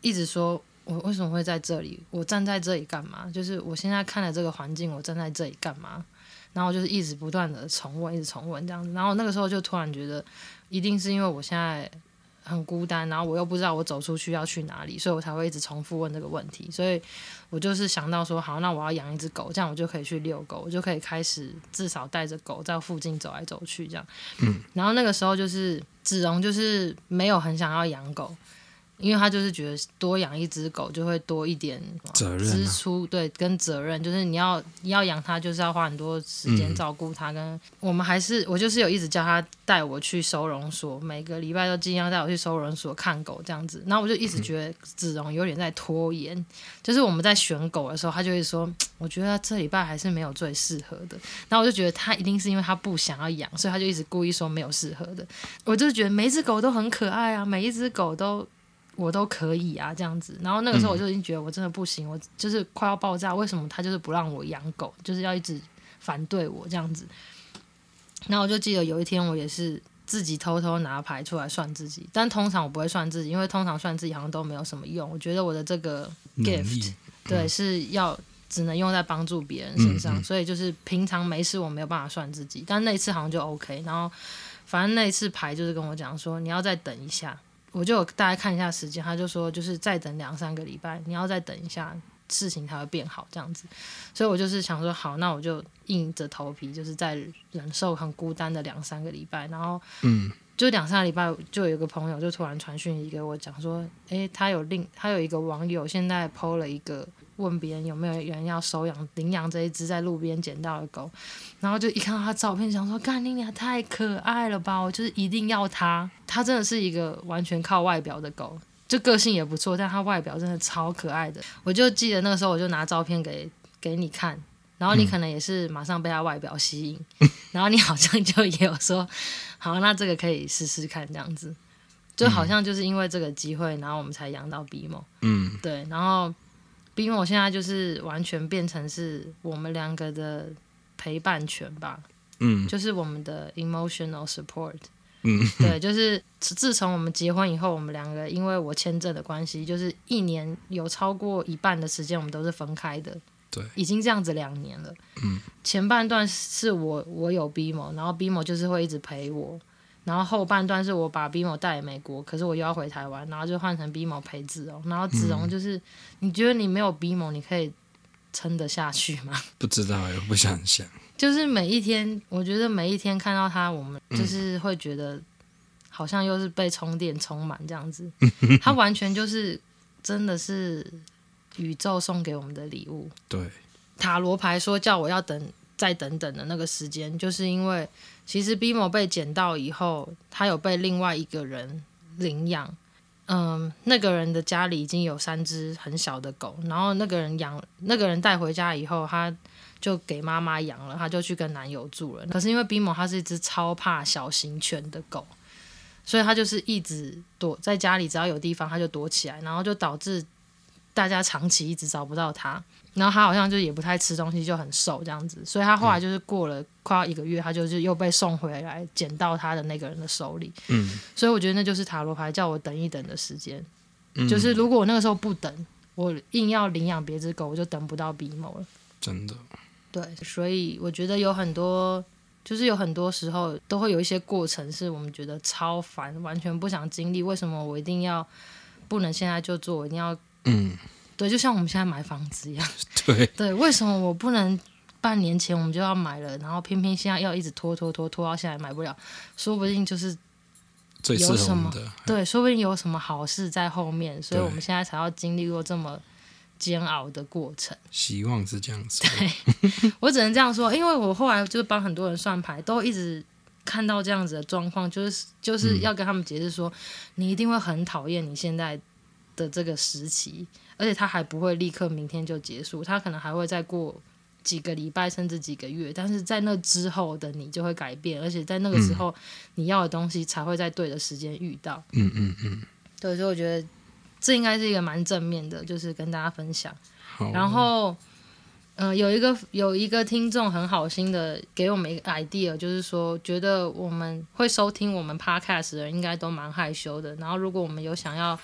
S1: 一直说。我为什么会在这里？我站在这里干嘛？就是我现在看了这个环境，我站在这里干嘛？然后就是一直不断的重问，一直重问这样子。然后那个时候就突然觉得，一定是因为我现在很孤单，然后我又不知道我走出去要去哪里，所以我才会一直重复问这个问题。所以我就是想到说，好，那我要养一只狗，这样我就可以去遛狗，我就可以开始至少带着狗在附近走来走去这样。嗯。然后那个时候就是子荣就是没有很想要养狗，因为他就是觉得多养一只狗就会多一点
S2: 责任啊
S1: 支出，对，跟责任，就是你要你要养它，就是要花很多时间
S2: 嗯
S1: 照顾它，跟我们还是我就是有一直叫他带我去收容所，每个礼拜都尽量带我去收容所看狗这样子。然后我就一
S2: 嗯
S1: 直觉得子荣有点在拖延，就是我们在选狗的时候，他就会说，我觉得这礼拜还是没有最适合的。然后我就觉得他一定是因为他不想要养，所以他就一直故意说没有适合的。我就觉得每一只狗都很可爱啊，每一只狗都我都可以啊，这样子。然后那个时候我就已经觉得我真的不行，我就是快要爆炸。为什么他就是不让我养狗，就是要一直反对我这样子？然后我就记得有一天我也是自己偷偷拿牌出来算自己，但通常我不会算自己，因为通常算自己好像都没有什么用。我觉得我的这个
S2: 能
S1: gift
S2: 力
S1: 对是要只能用在帮助别人身上，
S2: 嗯嗯嗯
S1: 所以就是平常没事我没有办法算自己，但那一次好像就 OK。然后反正那一次牌就是跟我讲说你要再等一下，我就有大概看一下时间，他就说就是再等两三个礼拜，你要再等一下。事情才会变好这样子，所以我就是想说，好，那我就硬着头皮，就是在忍受很孤单的两三个礼拜，然后
S2: 嗯
S1: 就两三个礼拜，就有一个朋友就突然传讯息给我，讲说，诶，他有另他有一个网友现在 PO 了一个问别人有没有人要收养领养这一只在路边捡到的狗，然后就一看到他照片，想说，干你俩太可爱了吧，我就是一定要它。它真的是一个完全靠外表的狗，就个性也不错，但它外表真的超可爱的。我就记得那个时候，我就拿照片给给你看。然后你可能也是马上被它外表吸引，然后你好像就也有说，好，那这个可以试试看，这样子，就好像就是因为这个机会，然后我们才养到 BMO，
S2: 嗯
S1: 对，然后 BMO 现在就是完全变成是我们两个的陪伴犬吧，
S2: 嗯
S1: 就是我们的 emotional support，
S2: 嗯
S1: 对，就是自自从我们结婚以后，我们两个因为我签证的关系，就是一年有超过一半的时间我们都是分开的，
S2: 对，嗯
S1: 已经这样子两年了。前半段是我我有 BMO，然后 BMO 就是会一直陪我，然后后半段是我把 BMO 带来美国，可是我又要回台湾，然后就换成 BMO 陪子荣，然后子荣
S2: 嗯
S1: 就是、你觉得你没有 BMO 你可以撑得下去吗？
S2: 不知道哎，我不想想。
S1: 就是每一天，我觉得每一天看到他，我们就是会觉得好像又是被充电充满这样子。他完全就是真的是宇宙送给我们的礼物。
S2: 对，
S1: 塔罗牌说叫我要等再等等的那个时间，就是因为其实 BMO 被捡到以后，他有被另外一个人领养。嗯，那个人的家里已经有三只很小的狗，然后那个人养，那个人带回家以后，他就给妈妈养了，她就去跟男友住了。可是因为冰某它是一只超怕小型犬的狗，所以它就是一直躲在家里，只要有地方它就躲起来，然后就导致大家长期一直找不到它。然后它好像就也不太吃东西，就很瘦这样子，所以它后
S2: 嗯
S1: 来就是过了快要一个月，它就是又被送回来，捡到它的那个人的手里。
S2: 嗯，
S1: 所以我觉得那就是塔罗牌叫我等一等的时间。
S2: 嗯
S1: 就是如果我那个时候不等，我硬要领养别只狗，我就等不到比某了。
S2: 真的， [laughs]
S1: 对，所以我觉得有很多，就是有很多时候都会有一些过程是我们觉得超烦，完全不想经历。为什么我一定要不能现在就做？我一定要
S2: 嗯，
S1: 对，就像我们现在买房子一样，
S2: 对，
S1: 对，为什么我不能半年前我们就要买了，然后偏偏现在要一直拖拖拖拖到现在买不了？说不定就是
S2: 最适合我们的，
S1: 对，说不定有什么好事在后面，所以
S2: 对
S1: 我们现在才要经历过这么煎熬的过程。
S2: 希望是这样子，
S1: 我只能这样说，因为我后来就是帮很多人算牌，都一直看到这样子的状况，就是就是要跟他们解释说，你一定会很讨厌你现在的这个时期，而且它还不会立刻明天就结束，它可能还会再过。几个礼拜甚至几个月，但是在那之后的你就会改变，而且在那个时候你要的东西才会在对的时间遇到。
S2: 嗯嗯嗯，
S1: 对，所以我觉得这应该是一个蛮正面的，就是跟大家分享。
S2: 好，
S1: 然后，呃，有一个有一个听众很好心的给我们一个 idea，就是说觉得我们会收听我们 podcast 的人应该都蛮害羞的。然后，如果我们有想要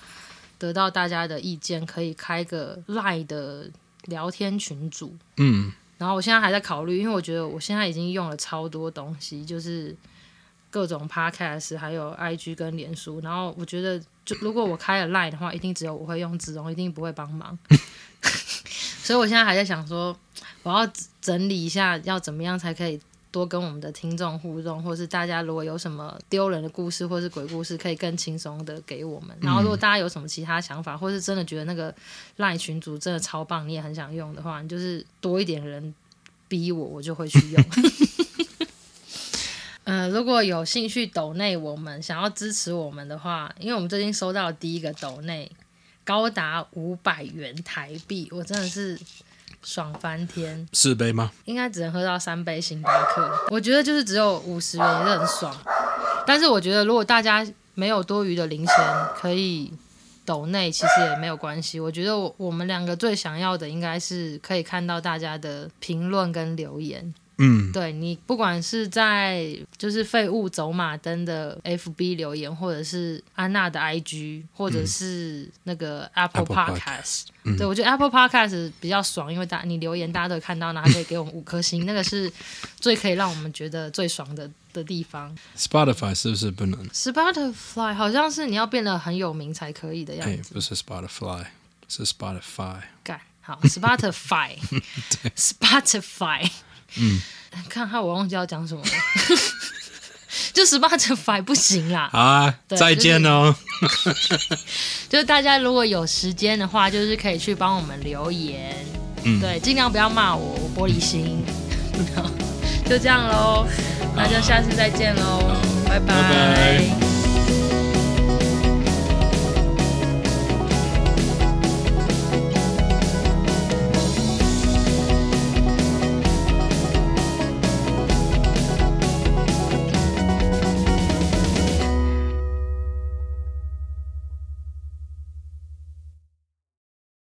S1: 得到大家的意见，可以开个 line 的聊天群组。
S2: 嗯，
S1: 然后我现在还在考虑，因为我觉得我现在已经用了超多东西，就是各种 podcast，还有 IG 跟脸书。然后我觉得，就如果我开了 Line 的话，一定只有我会用，子荣一定不会帮忙。所以我现在还在想说，我要整理一下，要怎么样才可以多跟我们的听众互动，或是大家如果有什么丢人的故事或是鬼故事，可以更轻松的给我们。然后如果大家有什么其他想法，或是真的觉得那个赖群组真的超棒，你也很想用的话，你就是多一点人逼我，我就会去用。嗯，如果有兴趣抖内我们想要支持我们的话，因为我们最近收到第一个抖内高达五百元台币，我真的是爽翻天。
S2: 四杯吗？
S1: 应该只能喝到三杯星巴克。我觉得就是只有五十元也是很爽，但是我觉得如果大家没有多余的零钱，可以抖内，其实也没有关系。我觉得我我们两个最想要的应该是可以看到大家的评论跟留言。
S2: 嗯，
S1: 对你不管是在就是废物走马灯的 FB 留言，或者是安娜的 IG，或者是那个嗯 Apple
S2: Apple
S1: Podcast，、对嗯我觉得 Apple Podcast 比较爽，因为大你留言大家都有看到，然后可以给我们五颗星，那个是最可以让我们觉得最爽的的地方。
S2: Spotify 是不是不能？
S1: Spotify 好像是你要变得很有名才可以的样
S2: 哎、
S1: 子，
S2: 不是 Spotify，是 Spotify。
S1: 干好 [laughs] Spotify，Spotify，嗯， [laughs] 看看我忘记要讲什么了。就 Spotify 不行啦，
S2: 好啊，
S1: 对
S2: 再见哦。
S1: 就是大家如果有时间的话，就是可以去帮我们留言，
S2: 嗯
S1: 对，尽量不要骂我，我玻璃心， [laughs] 就这样喽，那就下次再见喽，拜
S2: 拜拜